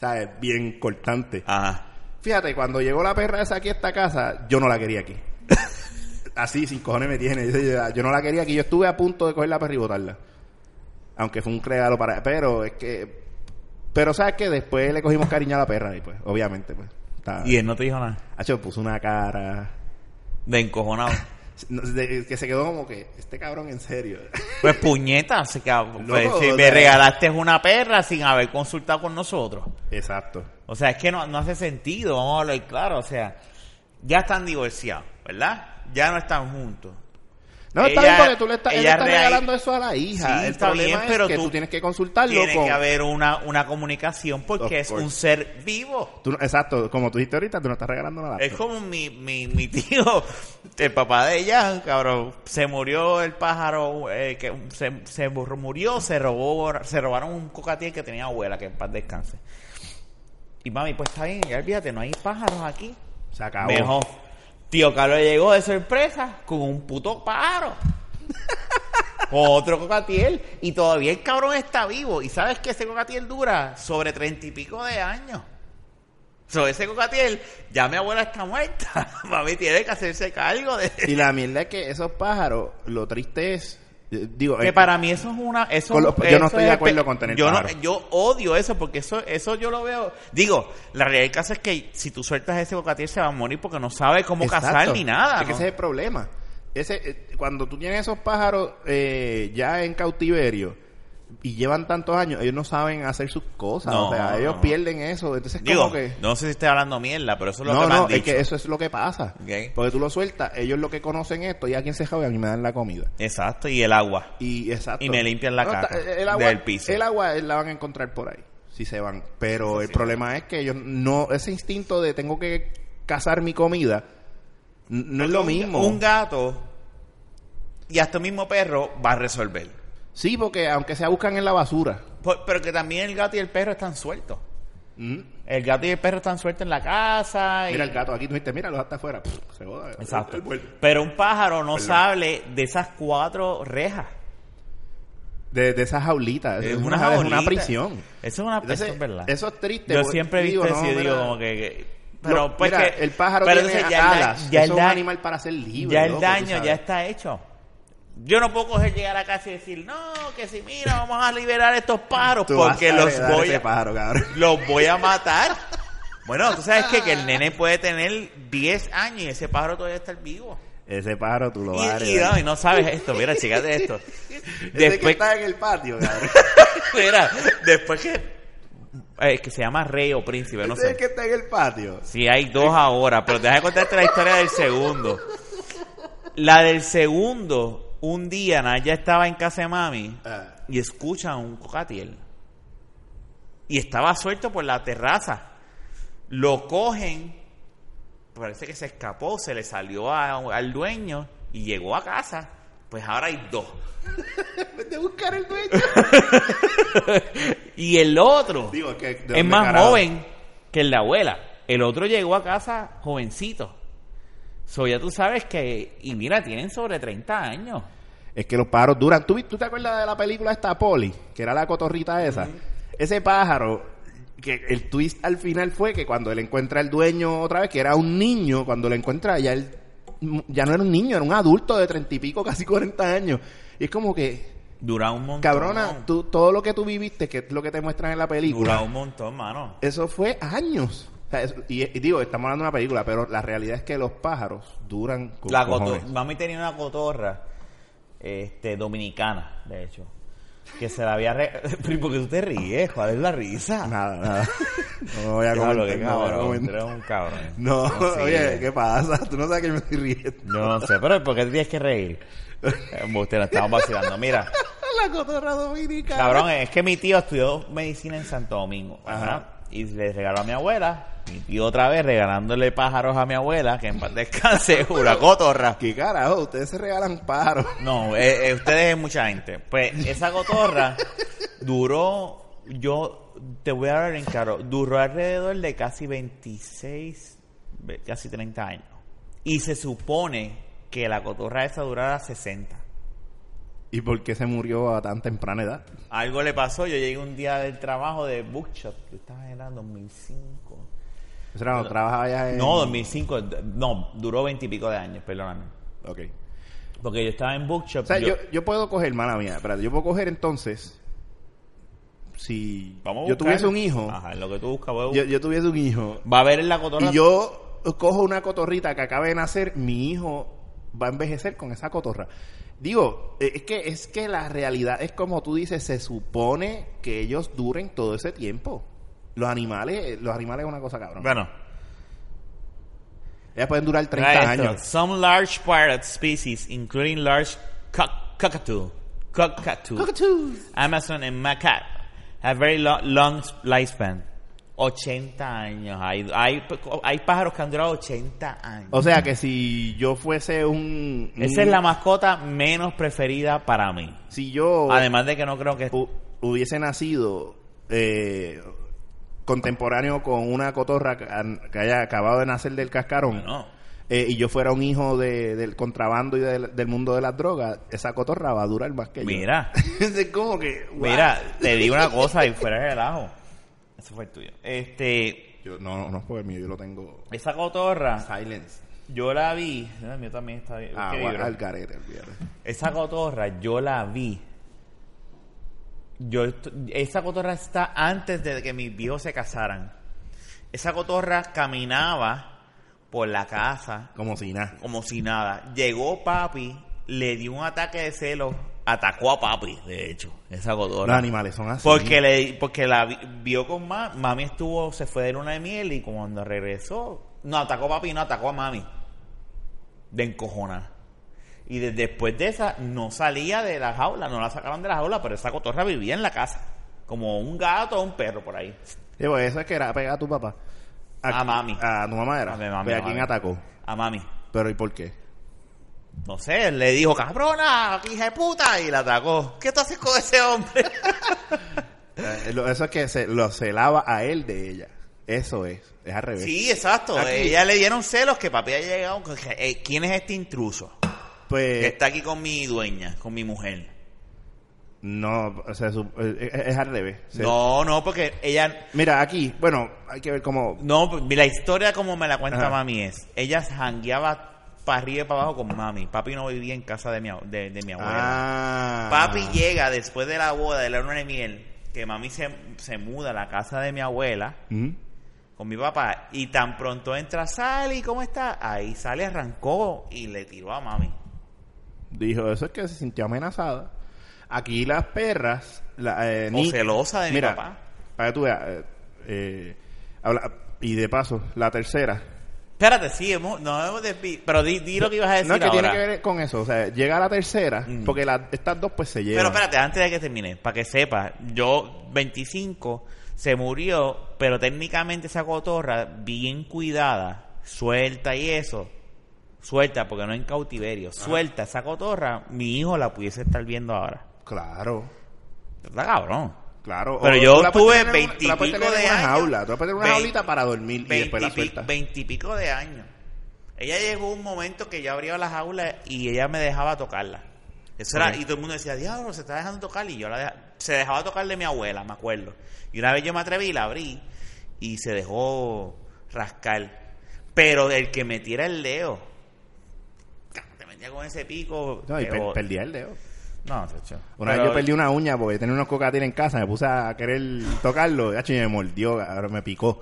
sabes bien cortante Ajá. Fíjate, cuando llegó la perra esa aquí a esta casa, yo no la quería aquí. Así, sin cojones me tiene. Yo- Yo no la quería aquí. Yo estuve a punto de coger la perra y botarla. Aunque fue un regalo para... Pero es que... Pero sabes que después le cogimos cariño a la perra y pues, obviamente, pues. Está... Y él no te dijo nada. Hacho, puso una cara... De encojonado. no, de- que se quedó como que, este cabrón en serio. Pues puñeta, se queda- pues, Loco, si o me sea- regalaste una perra sin haber consultado con nosotros. Exacto. O sea, es que no, no hace sentido, vamos a hablar claro. O sea, ya están divorciados, ¿verdad? Ya no están juntos. No, está Ella- bien porque tú le estás, él ella está real- regalando eso a la hija. Sí, el está problema bien, es pero que tú, tú tienes que consultarlo Tiene con... que haber una, una comunicación porque Of es un course. ser vivo. Tú no- exacto, como tú dijiste ahorita, tú no estás regalando nada. Es como mi, mi, mi tío, el papá de ella, cabrón, se murió el pájaro, eh, que se, se burro- murió, se robó, se robaron un cocatiel que tenía abuela, que en paz descanse. Y mami, pues está bien, ya olvídate, no hay pájaros aquí. Se acabó. Mejor. Tío Carlos llegó de sorpresa con un puto pájaro. Con otro cocatiel. Y todavía el cabrón está vivo. Y sabes que ese cocatiel dura sobre treinta y pico de años. Sobre ese cocatiel, ya mi abuela está muerta. Mami tiene que hacerse cargo de. Y la mierda es que esos pájaros, lo triste es... eh, Digo, Que eh, para mí eso es una. Eso, Con los- yo no eso estoy es de acuerdo espe- con tener yo, no- pájaros. yo odio eso porque eso eso yo lo veo. Digo, la realidad del caso es que si tú sueltas ese cocatiel se va a morir porque no sabe cómo Exacto. cazar ni nada. Es que ¿no? ese es el problema. Ese, eh, cuando tú tienes esos pájaros eh, ya en cautiverio y llevan tantos años, ellos no saben hacer sus cosas. No, o sea, no, ellos no. pierden eso. Entonces, Digo, como que. no sé si estoy hablando mierda, pero eso es lo No, que me no, han es dicho. que eso es lo que pasa. Ok. Porque tú lo sueltas, ellos lo que conocen esto, ya quien se joven a mí me dan la comida. Exacto, y el agua. Y exacto. Y me limpian la caca está- el agua, del piso. El agua eh, la van a encontrar por ahí, si se van. Pero el problema es que ellos no, ese instinto de tengo que cazar mi comida, n- no es lo mismo. Un gato y hasta un mismo perro va a resolver. Sí, porque aunque sea buscan en la basura. Por- pero que también el gato y el perro están sueltos. Mm. El gato y el perro están sueltos en la casa. y- Mira el gato aquí, tú dijiste, mira, los hasta afuera. Pff, se joda. Exacto. Él vuelve. Pero un pájaro no Perdón. sale de esas cuatro rejas. De, de esas jaulitas. Es, una, es una jaulita. prisión. Eso es una Entonces, eso es verdad. eso es triste. Yo porque siempre he visto digo, eso y no, digo mira, como que... que- pero no, pues mira, que- el pájaro pero tiene entonces ya el da- alas. ya el eso es un da- animal para ser libre. ya el loco, tú daño sabes. ya está hecho. Yo no puedo coger, llegar a casa y decir, no, que si mira, vamos a liberar estos pájaros Tú porque vas a los heredar voy, ese a, pájaro, cabrón. los voy a matar. Bueno, tú sabes qué? que el nene puede tener 10 años y ese pájaro todavía está vivo. Ese pájaro tú lo Y, vas a y, heredar. no, y no sabes esto, mira, de esto. Ese que Después, está en el patio, cabrón. mira, después que, eh, que se llama rey o príncipe, no Ese sé. que está en el patio. Sí, hay dos ahora, pero déjame contarte la historia del segundo. La del segundo, un día Naya estaba en casa de mami Ah. y escucha un cocatiel. Y estaba suelto por la terraza. Lo cogen, parece que se escapó, se le salió a- al dueño y llegó a casa. Pues ahora hay dos. Vete a buscar el dueño. Y el otro Digo, que, ¿de dónde es más carajo? joven que el de abuela. El otro llegó a casa jovencito. So, ya tú sabes que. Y mira, tienen sobre 30 años. Es que los pájaros duran. ¿Tú, vi- tú te acuerdas de la película esta, Poli? Que era la cotorrita esa. Ese pájaro, que el twist al final fue que cuando él encuentra al dueño otra vez, que era un niño, cuando lo encuentra ya él mm, ya no era un niño, era un adulto de treinta y pico, casi cuarenta años. Y es como que, Dura un montón. cabrona, tú, todo lo que tú viviste, que es lo que te muestran en la película, Dura un montón, mano. eso fue años. O sea, eso- y, y digo, estamos hablando de una película, pero la realidad es que los pájaros duran con La cojones. coto- Mami tenía una cotorra este, dominicana, de hecho. Que se la había. Re... Pero, ¿Por qué tú te ríes? ¿Cuál es la risa? Nada, nada. No voy a Diablo, qué comentar, no voy a cabrón, tú comentar. eres un cabrón. No, sí. oye, ¿qué pasa? Tú no sabes que yo me estoy riendo. Yo no sé, pero ¿por qué te tienes que reír? Usted nos estamos vacilando. Mira, La cotorra dominicana. cabrón, es que mi tío estudió medicina en Santo Domingo. Ajá. ¿verdad? Y le regaló a mi abuela. Mi tío otra vez regalándole pájaros a mi abuela, que en paz descanse, una cotorra. ¿Qué carajo? Ustedes se regalan pájaros. No, eh, eh, ustedes es mucha gente. Pues esa cotorra duró, yo te voy a hablar en claro, duró alrededor de casi 26, ve- casi 30 años. Y se supone que la cotorra esa durara 60. ¿Y por qué se murió a tan temprana edad? Algo le pasó, yo llegué un día del trabajo de Bookshop, que estaba en el 2005. O sea, no trabajaba ya en... No, 2005, d- no, duró 20 y pico de años, perdóname. Ok. Porque yo estaba en Bookshop. O sea, yo- yo, yo puedo coger, mala mía, espérate, yo puedo coger entonces... Si vamos a yo buscar- tuviese un hijo, Ajá, lo que tú buscas, voy a yo, buscar. yo tuviese un hijo, va a haber en la cotorra y yo cojo una cotorrita que acaba de nacer, mi hijo va a envejecer con esa cotorra. Digo, eh, es que es que la realidad es como tú dices, se supone que ellos duren todo ese eh, tiempo. Los animales, los animales es una cosa cabrón. Bueno. Ellas pueden durar 30 Mira esto. años. Some large pirate species, including large cock- cockatoo, cockatoo, Cockatoos. Amazon and macaque, have very lo- long, lifespan. 80 años. Hay, hay, hay pájaros que han durado 80 años. O sea que si yo fuese un... un- Esa es la mascota menos preferida para mí. Si yo Además de que no creo que... hu- hubiese nacido eh, contemporáneo con una cotorra que han- que haya acabado de nacer del cascarón... No. eh, y yo fuera un hijo de- del contrabando y del, del mundo de las drogas, esa cotorra va a durar más que Mira. yo. Mira. como que... what? Mira, te digo una cosa y fuera de relajo. Eso fue el tuyo. Este, Yo- no, no, no es por el mío, yo lo tengo... esa cotorra, Silence. yo la vi. El mío también está bien. Ah, ¿Qué gua- vibra? al garete, olvídate. Esa cotorra, yo la vi. Yo, est- esa cotorra está antes de que mis viejos se casaran. Esa cotorra caminaba por la casa Como si nada. como si nada. Llegó papi, le dio un ataque de celo, atacó a papi, de hecho, esa Los cotorra. animales son así. Porque le, porque la vi- vio con mami, mami estuvo, se fue de luna de miel y cuando regresó, no atacó a papi, no atacó a mami. De encojona. Y de- después de esa, no salía de la jaula, no la sacaron de la jaula, pero esa cotorra vivía en la casa. Como un gato o un perro por ahí. Sí, pues eso es que era pegar a tu papá. A mami. A tu mamá era. A mi mami, Ve, a a quién mami. atacó. A mami. Pero ¿y por qué? No sé, le dijo, cabrona, hija de puta, y la atacó. ¿Qué tú haces con ese hombre? Eh, lo- Eso es que se lo celaba a él de ella. Eso es. Es al revés. Sí, exacto. Pues, Aquí. Ella le dieron celos que papi ha llegado. con que, eh, ¿Quién es este intruso? que Pues está aquí con mi dueña, con mi mujer. no, o sea, su- eh, es, es al revés. Se- No, no, porque ella... Mira, aquí, bueno, hay que ver cómo... No, la historia como me la cuenta Ajá. mami es, ella jangueaba para arriba y para abajo con mami. Papi no vivía en casa de mi, ab- de, de mi abuela. Ah. Papi llega después de la boda de la luna de miel, que mami se, se muda a la casa de mi abuela Ujú. con mi papá, y tan pronto entra Sally, ¿cómo está? Ahí Sally arrancó y le tiró a mami. Dijo, eso es que se sintió amenazada. Aquí las perras... La, eh, O ni- celosa de mi Mira, papá. para que tú veas... eh, eh, habla- y de paso, la tercera, Espérate, sí, hemos, nos hemos desvi- Pero di, di lo que ibas a decir No, es que ahora. tiene que ver con eso. O sea, llega la tercera, Mm. porque la- estas dos pues se Pero llevan. espérate, antes de que termine, para que sepa, yo 25 se murió, pero técnicamente esa cotorra bien cuidada, suelta y eso, suelta porque no en cautiverio, suelta esa cotorra, mi hijo la pudiese estar viendo ahora. Claro, Está cabrón. claro. Pero O- yo tú la puedes tuve tener en una- tú la puedes 20 y tener en pico de una años. jaula, tú la puedes tener en una Ve- jaulita para dormir y después la sueltas. Veintipico de años. Ella llegó un momento que yo abría la jaula y ella me dejaba tocarla. Eso era, Ok. y todo el mundo decía, diablo, se está dejando tocar. Y yo la deja- se dejaba tocar de mi abuela, me acuerdo. Y una vez yo me atreví y la abrí y se dejó rascar. Pero el que metiera el dedo, te metía con ese pico. No, y per- pero- perdí el dedo. no, chacho. Una Pero- vez yo perdí una uña porque tenía unos cocatines en casa, me puse a querer tocarlo, y, y me mordió, ahora me picó.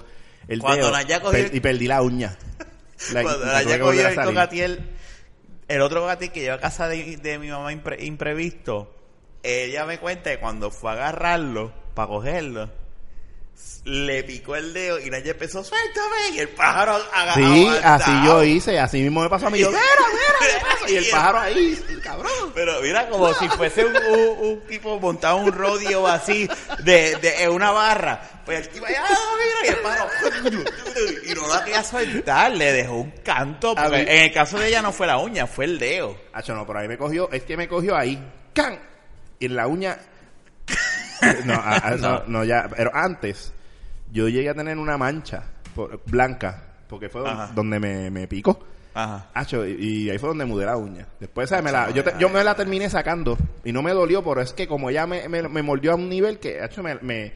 El Cuando dedo, Naya cogió per- el- y perdí la uña. La- Cuando la la tuve haya que volver cogido a el salir. cocatiel, el otro cocatiel que lleva a casa de, de mi mamá impre- imprevisto, ella me cuenta que cuando fue a agarrarlo, para cogerlo, s- le picó el dedo y Naya empezó, suéltame, y el pájaro agarró. Sí, así yo hice, así mismo me pasó a mí. Yo, "Mira, mira, Y el pájaro ahí, cabrón. Pero mira, como si fuese un, un- un tipo montado en un rodeo así, de, de- en una barra. Pues el tipo, ¡ah, mira! Y el pájaro, y no la quería soltar, le dejó un canto. A porque ver. en el caso de ella no fue la uña, fue el dedo. Hacho, no, pero ahí me cogió, es que me cogió ahí, ¡can! Y en la uña. No, a- a- no. No. no, ya, pero antes, yo llegué a tener una mancha por- blanca, porque fue don- Ajá. donde me, me picó. Ajá. Hacho, y, y ahí fue donde mudé la uña. Después, ¿sabes? Me la, yo, te- yo me la terminé sacando y no me dolió, pero es que como ella me, me, me mordió a un nivel que, hacho, me, me,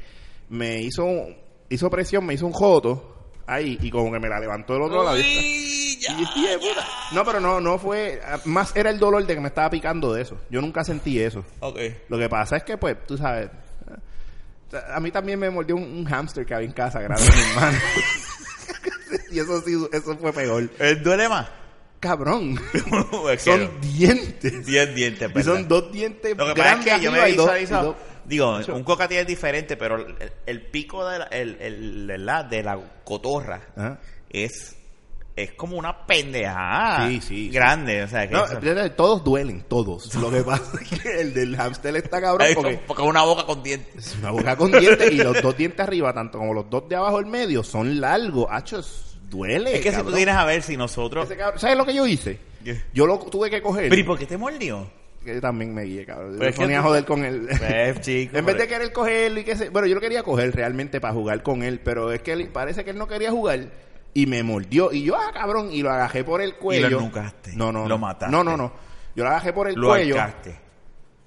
me hizo, un- hizo presión, me hizo un joto ahí y como que me la levantó del otro lado. y- Uy, ya, y yo, "Hijo de puta". No, pero no, no fue. Más era el dolor de que me estaba picando de eso. Yo nunca sentí eso. Ok. ¿Eh, Lo que pasa es que, pues, tú sabes. eh, A mí también me mordió un, un hámster que había en casa, gracias mi hermano. y eso sí, eso fue peor. ¿El duele más? Cabrón. Es que son dientes. 10 dientes, Y ¿verdad? son dos dientes. Lo que pasa es grandes que yo me arriba y dos- visualizo- y dos- Digo, un cocatil es diferente, pero ¿Ah? el, el pico de la, el, el- el- la- de la cotorra Ajá. es es como una pendejada Sí, sí, sí. grande. O sea, que No, eso- todos duelen, todos. Lo que pasa es que el del hamster está cabrón Ay, porque con- con una boca con dientes. es una boca con dientes y los dos dientes arriba, tanto como los dos de abajo el medio, son largos. Hachos, duele. Es que si cabrón. tú tienes a ver si nosotros... Ese cabrón- ¿Sabes lo que yo hice? ¿Qué? Yo lo tuve que coger. Pero ¿y por qué te mordió? Que también me guié, cabrón. Pero Me es que ponía a tú- joder con él. Pues, chico, En vez de pero- querer cogerlo y que se... Bueno, yo lo quería coger realmente para jugar con él, pero es que él- parece que él no quería jugar y me mordió. Y yo, ah, cabrón, y lo agajé por el cuello. nucaste. No, no. Lo no. mataste. No, no, no. Yo lo agajé por el lo cuello, arcaste.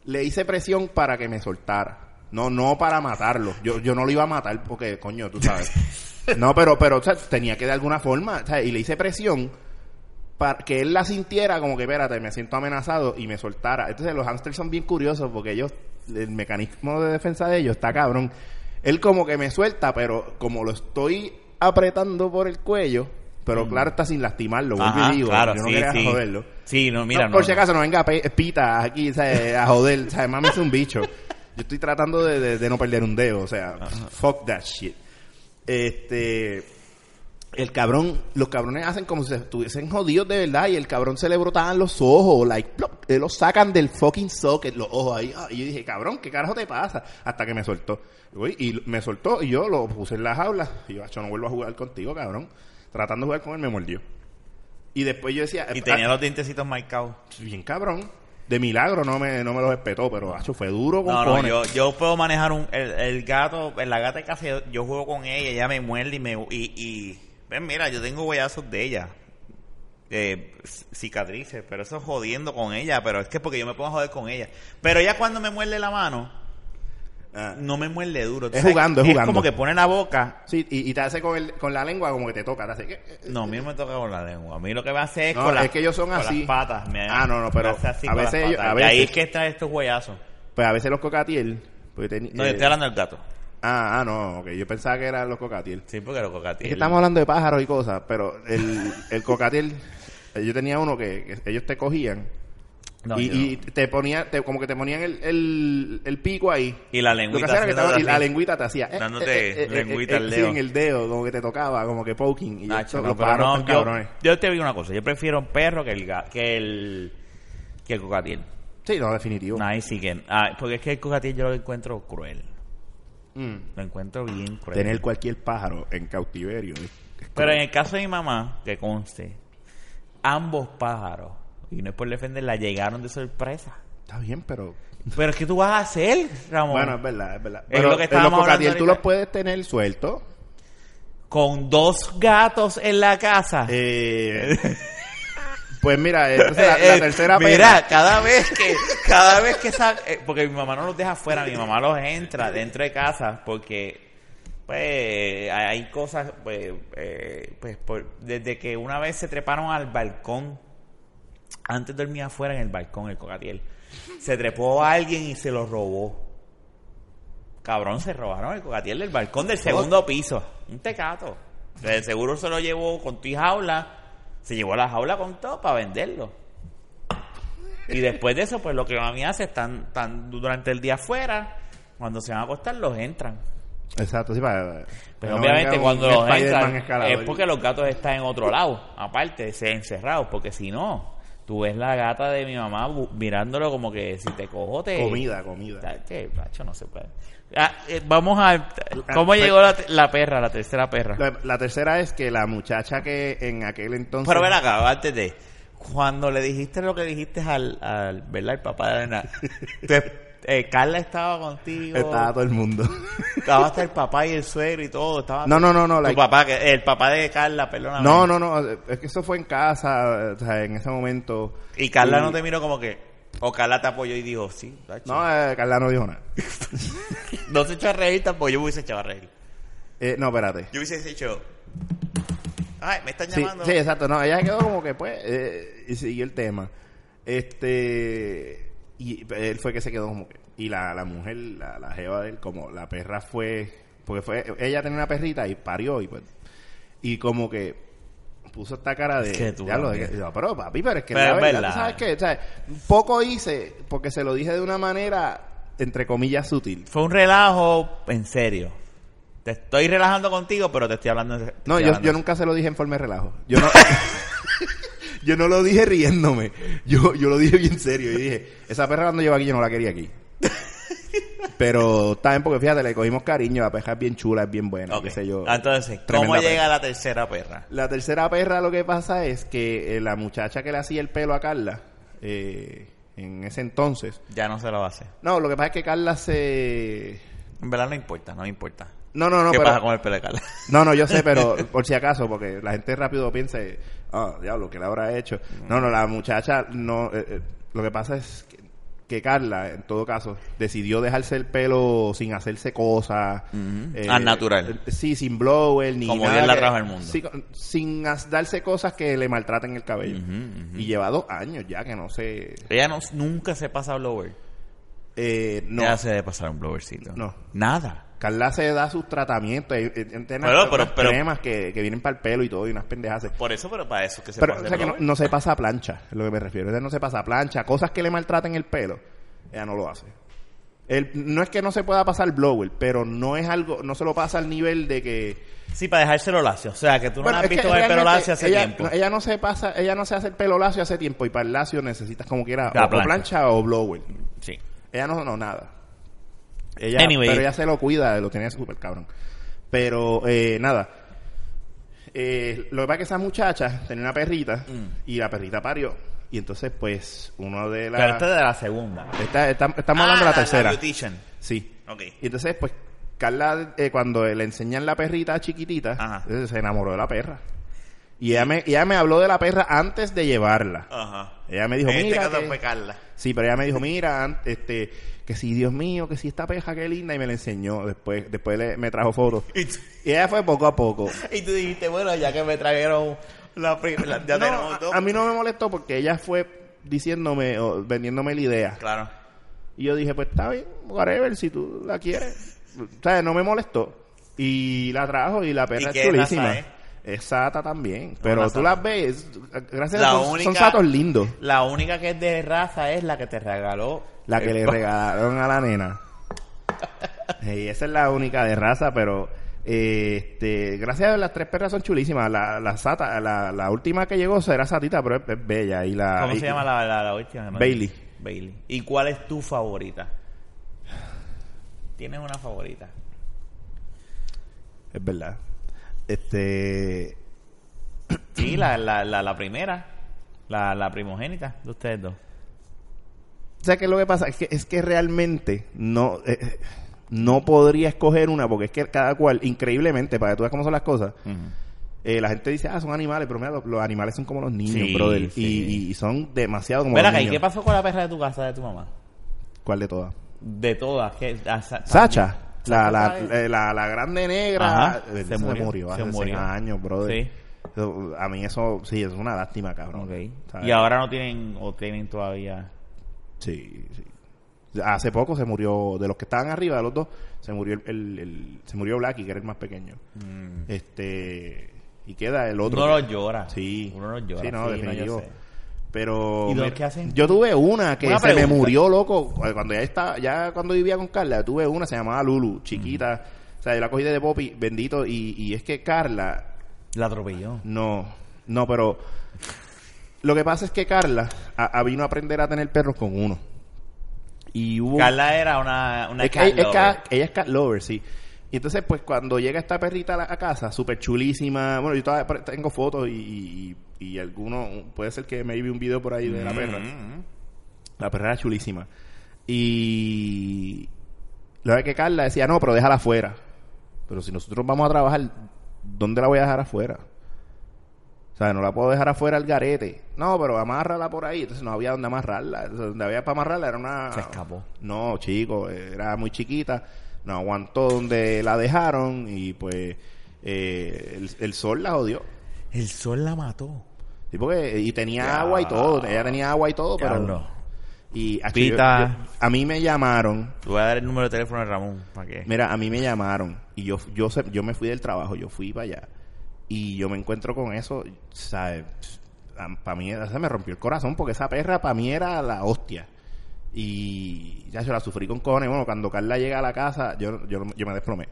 le hice presión para que me soltara. No, no para matarlo. Yo, yo no lo iba a matar porque, coño, tú sabes. No, pero, pero o sea, tenía que de alguna forma, o sea, y le hice presión para que él la sintiera como que, espérate, me siento amenazado y me soltara. Entonces los hamsters son bien curiosos porque ellos, el mecanismo de defensa de ellos está cabrón. Él como que me suelta, pero como lo estoy apretando por el cuello, pero claro, está sin lastimarlo. vuelvo Mm. y Ajá, digo, claro, yo no sí, quería sí. joderlo. Sí, no, mira, No, no. por si no. acaso no venga pe- pita aquí ¿sabes? a joder, o sea, mami es un bicho. Yo estoy tratando de, de- de no perder un dedo, o sea, fuck that shit. Este, el cabrón, los cabrones hacen como si estuviesen jodidos de verdad y el cabrón se le brotaban los ojos, like, plop, eh, los sacan del fucking socket, los ojos ahí. Ah, Y yo dije, cabrón, ¿qué carajo te pasa? Hasta que me soltó. Güey, Y me soltó y yo lo puse en la jaula. Y yo, "Acho, no vuelvo a jugar contigo, cabrón. Tratando de jugar con él, me mordió. Y después yo decía... Y "Ah, tenía los dientecitos marcados. bien cabrón. De milagro no me, no me los espetó, pero acho, fue duro con No, no, cojones. yo, yo puedo manejar un, el, el gato, la gata de café, yo juego con ella, ella me muerde y me... Y, y- ven, mira, yo tengo huellazos de ella. Eh, c- cicatrices, pero eso es jodiendo con ella, pero es que es porque yo me pongo a joder con ella. Pero ella cuando me muerde la mano, Ah. no me muerde duro. Tú Es sabes jugando, es que jugando. como que pone la boca. Sí, y, y te hace con, el, con la lengua como que te toca, te hace... eh, eh. No, a mí no me toca con la lengua. A mí lo que me hace es No, con las es que ellos son con las así. patas. me- Ah, no, no, pero me hace así a con veces las ellos- patas. a Y ahí veces- es que están estos huellazos. Pues a veces los cocatiel... Pues teni- No, eh, yo estoy hablando del gato. ah, ah, no, ok, yo pensaba que eran los cocatiel. Sí, porque lo cocatiel. Es que estamos hablando de pájaros y cosas, pero el, el cocatiel... eh, Yo tenía uno que, que ellos te cogían No, y, yo y te ponían, te- como que te ponían el, el, el pico ahí. Y la Lo que lengüita. hacía era que haciendo te- y la así. lengüita te hacía. eh, Dándote eh, eh, eh, lengüita eh, al sí, dedo. en el dedo, como que te tocaba, como que poking. Y yo, Nacho, los no, pero pájaros no, están yo, cabrones. yo te digo una cosa. Yo prefiero un perro que el, ga- que el, que el cocatiel. Sí, no, definitivo. No, ahí sí que. ah, porque es que el cocatiel yo lo encuentro cruel. Mm. Lo encuentro bien cruel. Tener cualquier pájaro en cautiverio. ¿eh? Pero en el caso de mi mamá, que conste, ambos pájaros, y no es por defenderla, llegaron de sorpresa. Está bien, pero. Pero es que tú vas a hacer, Ramón, Bueno, es verdad, es verdad. Es Pero lo que eh, estábamos los cocatiel hablando tú ahorita. los puedes tener sueltos. con dos gatos en la casa. Eh, pues mira, entonces la, Eh, la eh, tercera mira, perra. cada vez que, cada vez que sa- eh, porque mi mamá no los deja afuera, mi mamá los entra dentro de casa, porque pues hay- hay cosas, pues, eh, pues por- desde que una vez se treparon al balcón, antes dormía afuera en el balcón el cocatiel, se trepó a alguien y se lo robó. Cabrón, se robaron el cocatiel del balcón del Oh. segundo piso. Un tecato. De seguro se lo llevó con tu jaula. Se llevó la jaula con todo para venderlo. Y después de eso, pues lo que mami hace, están, están durante el día afuera. Cuando se van a acostar, los entran. Exacto, sí, para. Pero para no venga obviamente un cuando los Spider-Man entran escalador. es porque los gatos están en otro lado, aparte, se encerrados, porque si no, tú ves la gata de mi mamá bu- mirándolo como que si te cojo te... Comida, comida. Ta- que, macho, no se puede. Ah, eh, vamos a... ¿Cómo llegó la, te- la perra, la tercera perra? Ah, pues, La, la tercera es que la muchacha que en aquel entonces. Pero ven acá, antes de... Cuando le dijiste lo que dijiste al, al ¿verdad? El papá de la nena, tu es- eh, Carla estaba contigo. Estaba todo el mundo. Estaba hasta el papá y el suegro y todo. Estaba No, no, no, no. Tu like- papá, que- el papá de Carla, perdóname. No, no, no. Es que eso fue en casa, o sea, en ese momento. Y Carla Y- no te miró como que. O Carla te apoyó y dijo, sí, tacho. No, eh, Carla no dijo nada. No se echó a reír tampoco. Yo me hubiese echado a reír. Eh, no, espérate. Yo hubiese dicho. Ay, me están Sí, llamando. sí, exacto. No, ella se quedó como que, pues, eh, y siguió el tema. Este. Y él fue que se quedó como que. Y la, la mujer, la, la jeva de él, como la perra fue. Porque fue. Ella tenía una perrita y parió y pues. Y como que puso esta cara de. Es que tú "Diablo, de también". que- no, pero papi, pero es que Pero la es verdad, verdad. ¿tú ¿sabes qué? O sea, poco hice porque se lo dije de una manera, entre comillas, sutil. Fue un relajo en serio. Te Te estoy relajando contigo, pero te estoy hablando. te estoy No, yo, hablando. yo nunca se lo dije en forma de relajo. Yo no, yo no lo dije riéndome. Yo, yo lo dije bien serio. Yo dije, esa perra no lleva aquí, yo no la quería aquí. Pero está bien, porque fíjate, le cogimos cariño. La perra es bien chula, es bien buena, Ok. qué sé yo. Ah, Entonces, ¿cómo Tremenda llega perra. la tercera perra? La tercera perra lo que pasa es que eh, la muchacha que le hacía el pelo a Carla, eh, en ese entonces... Ya no se lo hace. No, lo que pasa es que Carla se... En verdad no importa, no importa. No, no, no, ¿Qué pero... pasa con el pelo de Carla? No, no, yo sé, pero por si acaso, porque la gente rápido piensa, ah, diablo, que la habrá hecho. No, no, la muchacha no. eh, eh, lo que pasa es que, que Carla, en todo caso, decidió dejarse el pelo sin hacerse cosas. Ujú. Al natural. eh, sí, sin blower, ni Como nada. Dios la que- trajo al mundo. sí, con- sin as- darse cosas que le maltraten el cabello. Ujú, ujú. Y lleva dos años ya que no sé. Ella no, nunca se pasa blower. eh, no. Ella se debe pasar un blowercito. No. Nada. Carla se da sus tratamientos. eh, eh, tiene Pero- unas- pero- unas pero- cremas que, que vienen para el pelo y todo, y unas pendejas. Por eso, pero para eso que se Pero, pasa o sea, que no, blower. no se pasa a plancha, es lo que me refiero. Ella no se pasa a plancha. Cosas que le maltraten el pelo, ella no lo hace. El- no es que no se pueda pasar blower, pero no es algo, no se lo pasa al nivel de que... Sí, para dejárselo lacio. O sea, que tú Bueno, no la has es que visto con el pelo realmente lacio hace ella, tiempo. no, ella no se pasa, ella no se hace el pelo lacio hace tiempo y para el lacio necesitas como quiera La o o plancha. o blower. Sí. Ella no, no, nada. Ella, Anyway. Pero ella se lo cuida, lo tenía súper cabrón. Pero, eh, nada. Eh, lo que pasa es que esa muchacha tenía una perrita Mm. y la perrita parió. Y entonces, pues, uno de las... Pero esta es de la segunda. Esta- esta- estamos hablando de la, Ah, tercera. beautician. sí. Ok. Y entonces, pues, Carla, eh, cuando le enseñan la perrita chiquitita, Ajá. entonces se enamoró de la perra. Y ella me, ella me habló de la perra antes de llevarla. Ajá. Ella me dijo, Ah. en este mira caso que- fue Carla. Sí, pero ella me dijo, mira, an- este, que si Dios mío, que si esta peja qué linda, y me la enseñó. Después, después le- me trajo fotos. Y tú, Y ella fue poco a poco. y tú dijiste, bueno, ya que me trajeron la primera. Ya No, tenemos dos. a, a mí no me molestó porque ella fue diciéndome o vendiéndome la idea. Claro. Y yo dije, pues está bien, whatever, si tú la quieres. O sea, no me molestó. Y la trajo y la perra ¿Y es qué raza ¿eh? chulísima. es? Es sata también. una Pero tú sata. las ves, gracias La a Dios, son- única- son satos lindos. La única que es de raza es la que te regaló. La que el le pa- regalaron a la nena. Y esa es la única de raza, pero eh, este, gracias a Dios, las tres perras son chulísimas. La, la sata, la, la última que llegó era satita, pero es, es bella. Y la, ¿Cómo y- se llama la, la, la última? Bailey. Bailey. ¿Y cuál es tu favorita? ¿Tienes una favorita? Es verdad. Este, Sí, la, la, la, la primera. La, la primogénita de ustedes dos. o sea, que lo que pasa es que, es que realmente no, eh, eh, no podría escoger una, porque es que cada cual, increíblemente, para que tú veas cómo son las cosas, eh, la gente dice, ah, son animales, pero mira, los, los animales son como los niños, Sí, brother. sí. Y, y- y son demasiado como Ven los acá, ¿y niños. qué pasó con la perra de tu casa, de tu mamá? ¿Cuál de todas? De todas. Que, a Sa- Sacha, la, Sacha la, Paez. eh, la, la grande negra, Ajá, se eh, se, murió, murió, se hace murió. 100 años, brother. Sí. Eso, A mí eso, sí, es una lástima, cabrón. Ok. ¿sabes? Y ahora no tienen, o tienen todavía. Sí, sí. Hace poco se murió, de los que estaban arriba, de los dos, se murió el, el- el- se murió Blackie, que era el más pequeño. Mm. Este, y queda el otro. Uno los que- llora. Sí. Uno los llora. Sí, no, yo definitivo. sé. Pero ¿Y los mira, que hacen? yo tuve una que Una se me pregunta. murió loco cuando ya estaba, ya cuando vivía con Carla, tuve una se llamaba Lulu, chiquita. O sea, yo la cogí de Poppy, bendito y, y es que Carla La atropelló. no, no, pero lo que pasa es que Carla a- a vino a aprender a tener perros con uno. Y hubo Carla era una, una es que- cat es que- lover. ella es cat lover, sí. Y entonces, pues cuando llega esta perrita a, la- a casa, súper chulísima. Bueno, yo todavía pre- tengo fotos y, y, y- y alguno, puede ser que me vi un video por ahí de la perra. Mm. La perra era chulísima. Y la verdad que Carla decía, no, pero déjala afuera. Pero si nosotros vamos a trabajar, ¿dónde la voy a dejar afuera? O sea, no la puedo dejar afuera al garete. No, pero amárrala por ahí. Entonces no había donde amarrarla. Entonces, donde había para amarrarla era una... Se escapó. No, chico, era muy chiquita. No aguantó donde la dejaron y pues eh, el, el sol la jodió. El sol la mató. Sí, porque- y tenía Ya. agua y todo. Ella tenía agua y todo, pero... Diablo. Y acho, Pita. yo- yo- a mí me llamaron, Te voy a dar el número de teléfono de Ramón. ¿Para qué? mira, a mí me llamaron y yo yo se- yo me fui del trabajo, yo fui para allá y yo me encuentro con eso, sabes, para mí se me rompió el corazón porque esa perra para mí era la hostia. Y ya yo la sufrí con cojones, bueno, cuando Carla llega a la casa, yo yo, yo me desplomé.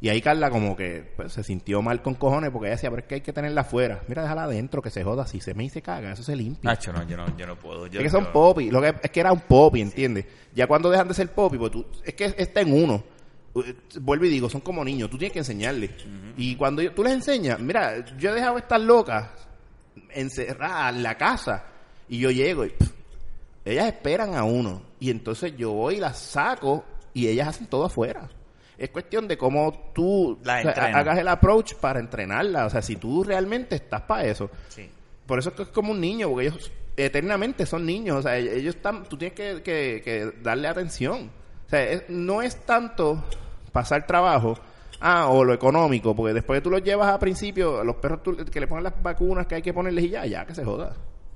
Y ahí Carla como que pues, se sintió mal con cojones porque ella decía, pero es que hay que tenerla afuera. Mira, déjala adentro, que se joda. Si se me dice caga, eso se limpia. Nacho, no, yo no, yo no puedo. Yo, es que son yo- popi. Lo que, es que era un popi, ¿entiendes? Ya cuando dejan de ser popi, pues tú, es que está en uno. Uh, Vuelvo y digo, son como niños. Tú tienes que enseñarles. Y cuando yo- tú les enseñas, mira, yo he dejado estas locas encerradas en la casa. Y yo llego y pff, ellas esperan a uno. Y entonces yo voy y las saco y ellas hacen todo afuera. Es cuestión de cómo tú Las o sea, entrenas. hagas el approach para entrenarla. O sea, si tú realmente estás para eso. Sí. Por eso es que es como un niño, porque ellos eternamente son niños. O sea, ell- ellos están, tú tienes que, que- que darle atención. O sea, es- no es tanto pasar trabajo, ah, o lo económico, porque después tú los llevas a principio, a los perros tú- que le ponen las vacunas que hay que ponerles y ya, ya que se joda.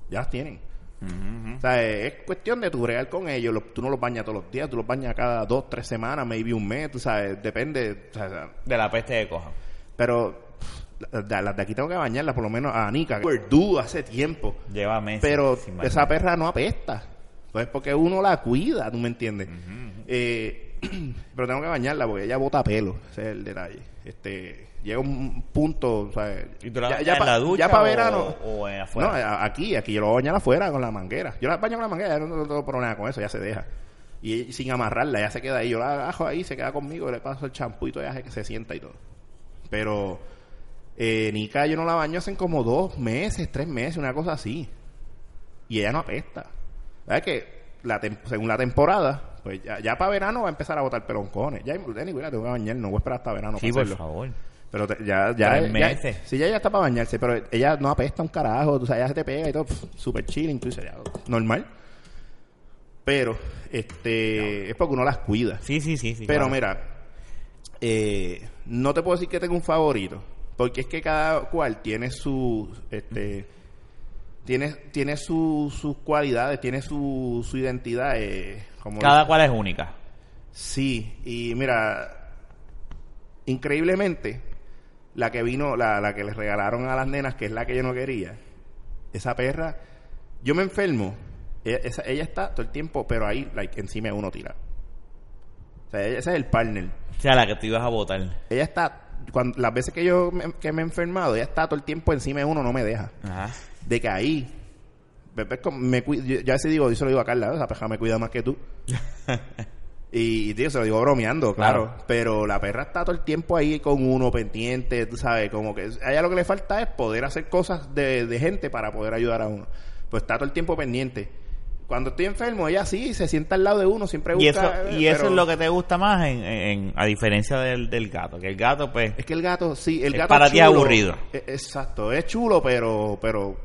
Ya las tienen. O sea, e-, es cuestión de tu bregar con ellos. Lo- tú no los bañas todos los días, tú los bañas cada dos, tres semanas, maybe un mes, tú sabes, depende. o sea, De la peste de coja. pero pff, la- la- las de aquí tengo que bañarlas, por lo menos a Anika. Verdú hace tiempo. Lleva meses. Pero sin esa bañar. perra no apesta. Pues porque uno la cuida, ¿tú me entiendes? Eh, pero tengo que bañarla porque ella bota pelo. Ese es el detalle. Este, llega un punto, o sea, ¿Y tú la bañas ya, en pa- la ducha ya para o- verano. o en afuera? No, eh, a- aquí, aquí yo lo voy a bañar afuera con la manguera. Yo la baño con la manguera, yo no no tengo problema con eso, ya se deja. Y ella- sin amarrarla, ya se queda ahí. Yo la agajo ahí, se queda conmigo, le paso el champú y todo, ya se- que se sienta y todo. Pero eh, Nika yo no la baño hace como dos meses, tres meses, una cosa así. Y ella no apesta. ¿Sabes que la tem- según la temporada, pues ya, ya para verano va a empezar a botar peloncones. Ya, anyway, la tengo que bañar, no voy a esperar hasta verano Sí, para por hacerlo. favor. Pero te- ya, ya, Tres ya- meses. sí, ya, ya está para bañarse, pero ella no apesta un carajo, tú sabes, ella se te pega y todo, pf, super chilling, tú dices, ya, normal. Pero, este, es porque uno las cuida. Sí, sí, sí. sí pero claro. mira, eh, no te puedo decir que tengo un favorito, porque es que cada cual tiene su, este, tiene, tiene su- sus cualidades, tiene su, su identidad, eh, como Cada cual es única. Sí, y mira, increíblemente, la que vino, la, la que les regalaron a las nenas, que es la que yo no quería, esa perra, yo me enfermo, e- esa- ella, está todo el tiempo, pero ahí, like, encima de uno tira. O sea, ella- ese es el partner. O sea, la que tú ibas a votar. Ella está, cuando, las veces que yo me, que me he enfermado, ella está todo el tiempo encima de uno, no me deja Ajá. de que ahí ve- ve como me cui- yo, yo a veces digo, yo se lo digo a Carla, esa perra me cuida más que tú. y, tío, se lo digo bromeando, claro, Claro. Pero la perra está todo el tiempo ahí con uno pendiente, tú sabes, como que a ella lo que le falta es poder hacer cosas de, de gente para poder ayudar a uno. Pues está todo el tiempo pendiente. Cuando estoy enfermo, ella sí se sienta al lado de uno, siempre busca. Y eso, y eh, eso pero- es lo que te gusta más, en, en- a diferencia del, del gato. Que el gato, pues. Es que el gato, sí, el Es gato. para ti chulo. aburrido. Eh, Exacto, es chulo, pero, pero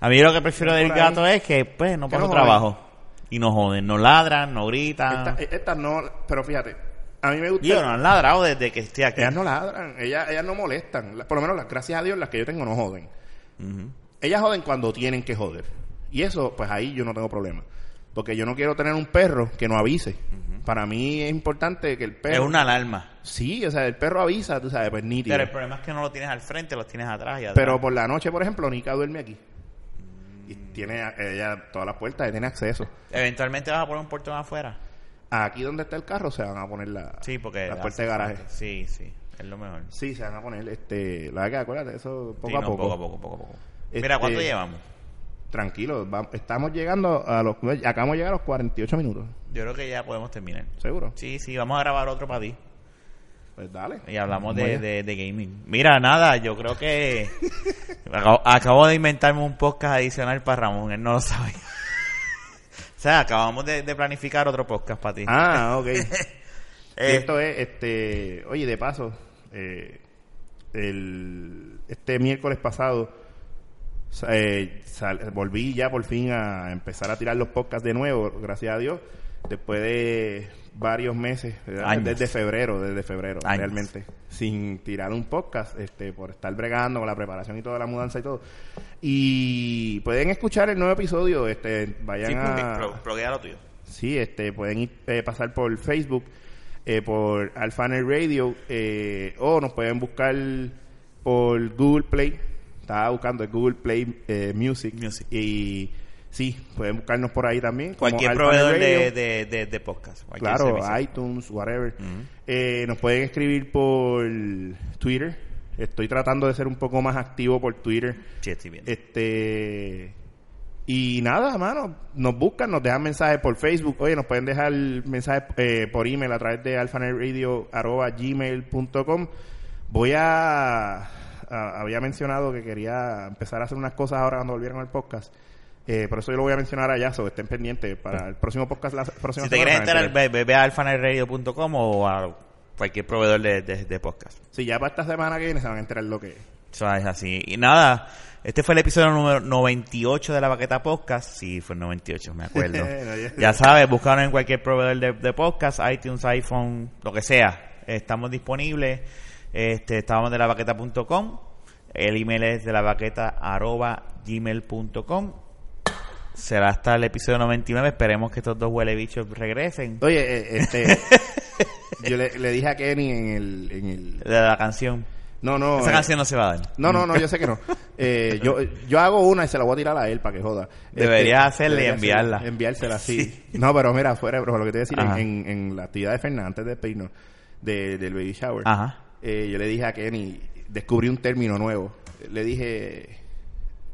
A mí lo que prefiero Por del ahí. gato es que, pues, no Que pasa no joden. trabajo. Y no joden, no ladran, no gritan. estas estas no. Pero fíjate, a mí me gusta. Y Ah. no han ladrado desde que estoy aquí. Ellas no ladran, ellas, ellas no molestan. La- Por lo menos, las, gracias a Dios, las que yo tengo no joden. Ellas joden cuando tienen que joder. Y eso, pues ahí yo no tengo problema. Porque yo no quiero tener un perro que no avise. Para mí es importante que el perro... es una alarma. Sí, o sea, el perro avisa, tú sabes, pues nítido. Pero el problema es que no lo tienes al frente, lo tienes atrás y atrás. Pero por la noche, por ejemplo, Nika duerme aquí. Y Mm. tiene a- ella todas las puertas, ella tiene acceso. Eventualmente vas a poner un portón afuera. Aquí donde está el carro se van a poner la, Sí, porque... la hace puerta de falta. garaje. Sí, sí. Es lo mejor. Sí, se van a poner, este, la verdad que acuérdate, eso poco Sí, a no, poco. poco a poco, poco a poco. Mira, ¿cuánto Este- llevamos? Tranquilo, va- estamos llegando a los. Acabamos de llegar a los 48 minutos, Yo creo que ya podemos terminar. seguro. Sí, sí, vamos a grabar otro para ti. Pues dale. Y hablamos Muy de, bien. de- de gaming. Mira, nada, yo creo que acabo, acabo de inventarme un podcast adicional para Ramón, él no lo sabe. o sea, acabamos de, de planificar otro podcast para ti. Ah, ok. Y Eh, esto es, este. Oye, de paso, eh, el, este miércoles pasado sa- eh, sal- volví ya por fin a empezar a tirar los podcasts de nuevo, gracias a Dios. Después de varios meses, ¿verdad? Años. desde febrero, desde febrero, Años. realmente, sin tirar un podcast, este, por estar bregando con la preparación y toda la mudanza y todo. Y pueden escuchar el nuevo episodio, este, vayan sí, a... pro- proguea lo tuyo. Sí, este, pueden ir, eh, pasar por Facebook, eh, por Alphanet Radio, eh, o nos pueden buscar por Google Play. Estaba buscando el Google Play eh, Music. Music. Y Sí, pueden buscarnos por ahí también. como Cualquier Alpha proveedor Radio. de, de, de, de podcast. cualquier Claro, servicio. iTunes, whatever. Eh, nos pueden escribir por Twitter. Estoy tratando de ser un poco más activo por Twitter. Sí, estoy viendo. Este y nada, mano, nos buscan, nos dejan mensajes por Facebook, oye, nos pueden dejar mensajes eh, por email a través de alfanerradio@gmail.com. Voy a, a- había mencionado que quería empezar a hacer unas cosas ahora cuando volvieran al podcast. Eh, por eso yo lo voy a mencionar allá, so estén pendientes para el próximo podcast la próxima si te semana quieres me enterar, enteré. ve, ve- ve a alfanerradio.com o a cualquier proveedor de, de, de podcast. Sí, ya para esta semana que viene se van a enterar lo que es. Eso es así. Y nada, este fue el episodio número 98 de la Baqueta Podcast. Sí, fue el 98, me acuerdo. No, ya- ya sabes, búscanos en cualquier proveedor de, de podcast, iTunes, iPhone, lo que sea. Estamos disponibles. Este, estamos de la El email es de la gmail.com. Será hasta el episodio 99. Esperemos que estos dos huele bichos regresen. Oye, eh, este yo le, le dije a Kenny en el en el De la canción. No, no. Esa eh, canción no se va a dar. No, no, no, yo sé que no. Eh, yo, yo hago una y se la voy a tirar a él para que joda. Este, Debería hacerla y debería enviarla. hacerla, Enviársela, sí. No, pero mira, fuera, pero lo que te voy a Ajá. decir, en, en, en la actividad de Fernández antes de despedirnos, de- del baby shower, Ajá. eh, yo le dije a Kenny, descubrí un término nuevo. Le dije,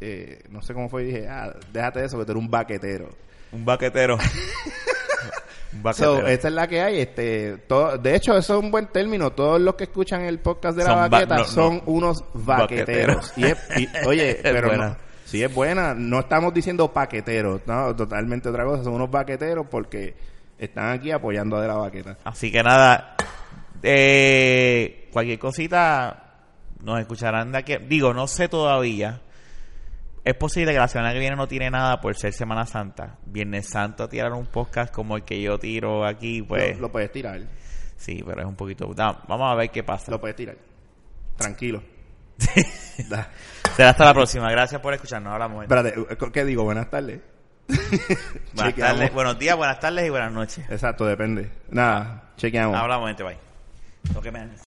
eh, no sé cómo fue, y dije, ah, déjate de eso, que tú eres un baquetero. Un baquetero. Un baquetero. So, esta es la que hay. Este, todo, de hecho, eso es un buen término. Todos los que escuchan el podcast de la Son va- baqueta no, no. son unos vaqueteros. Vaqueteros. Y es- y- oye, Es pero buena. no, si es buena, no estamos diciendo paqueteros, no, totalmente otra cosa. Son unos vaqueteros porque están aquí apoyando a de la baqueta. Así que nada, eh, cualquier cosita nos escucharán de aquí. Digo, no sé todavía. Es posible que la semana que viene no tiene nada por ser Semana Santa. Viernes Santo tirar un podcast como el que yo tiro aquí, pues. Lo, lo puedes tirar, Sí, pero es un poquito. da- vamos a ver qué pasa. lo puedes tirar. Tranquilo. Da. Será hasta la próxima. Gracias por escucharnos. Hablamos. gente. Espérate, ¿qué digo? Buenas tardes. Buenas Chequeamos. tardes, buenos días, buenas tardes y buenas noches. Exacto, depende. Nada, chequeamos. Hablamos, gente. Bye. Lo que me-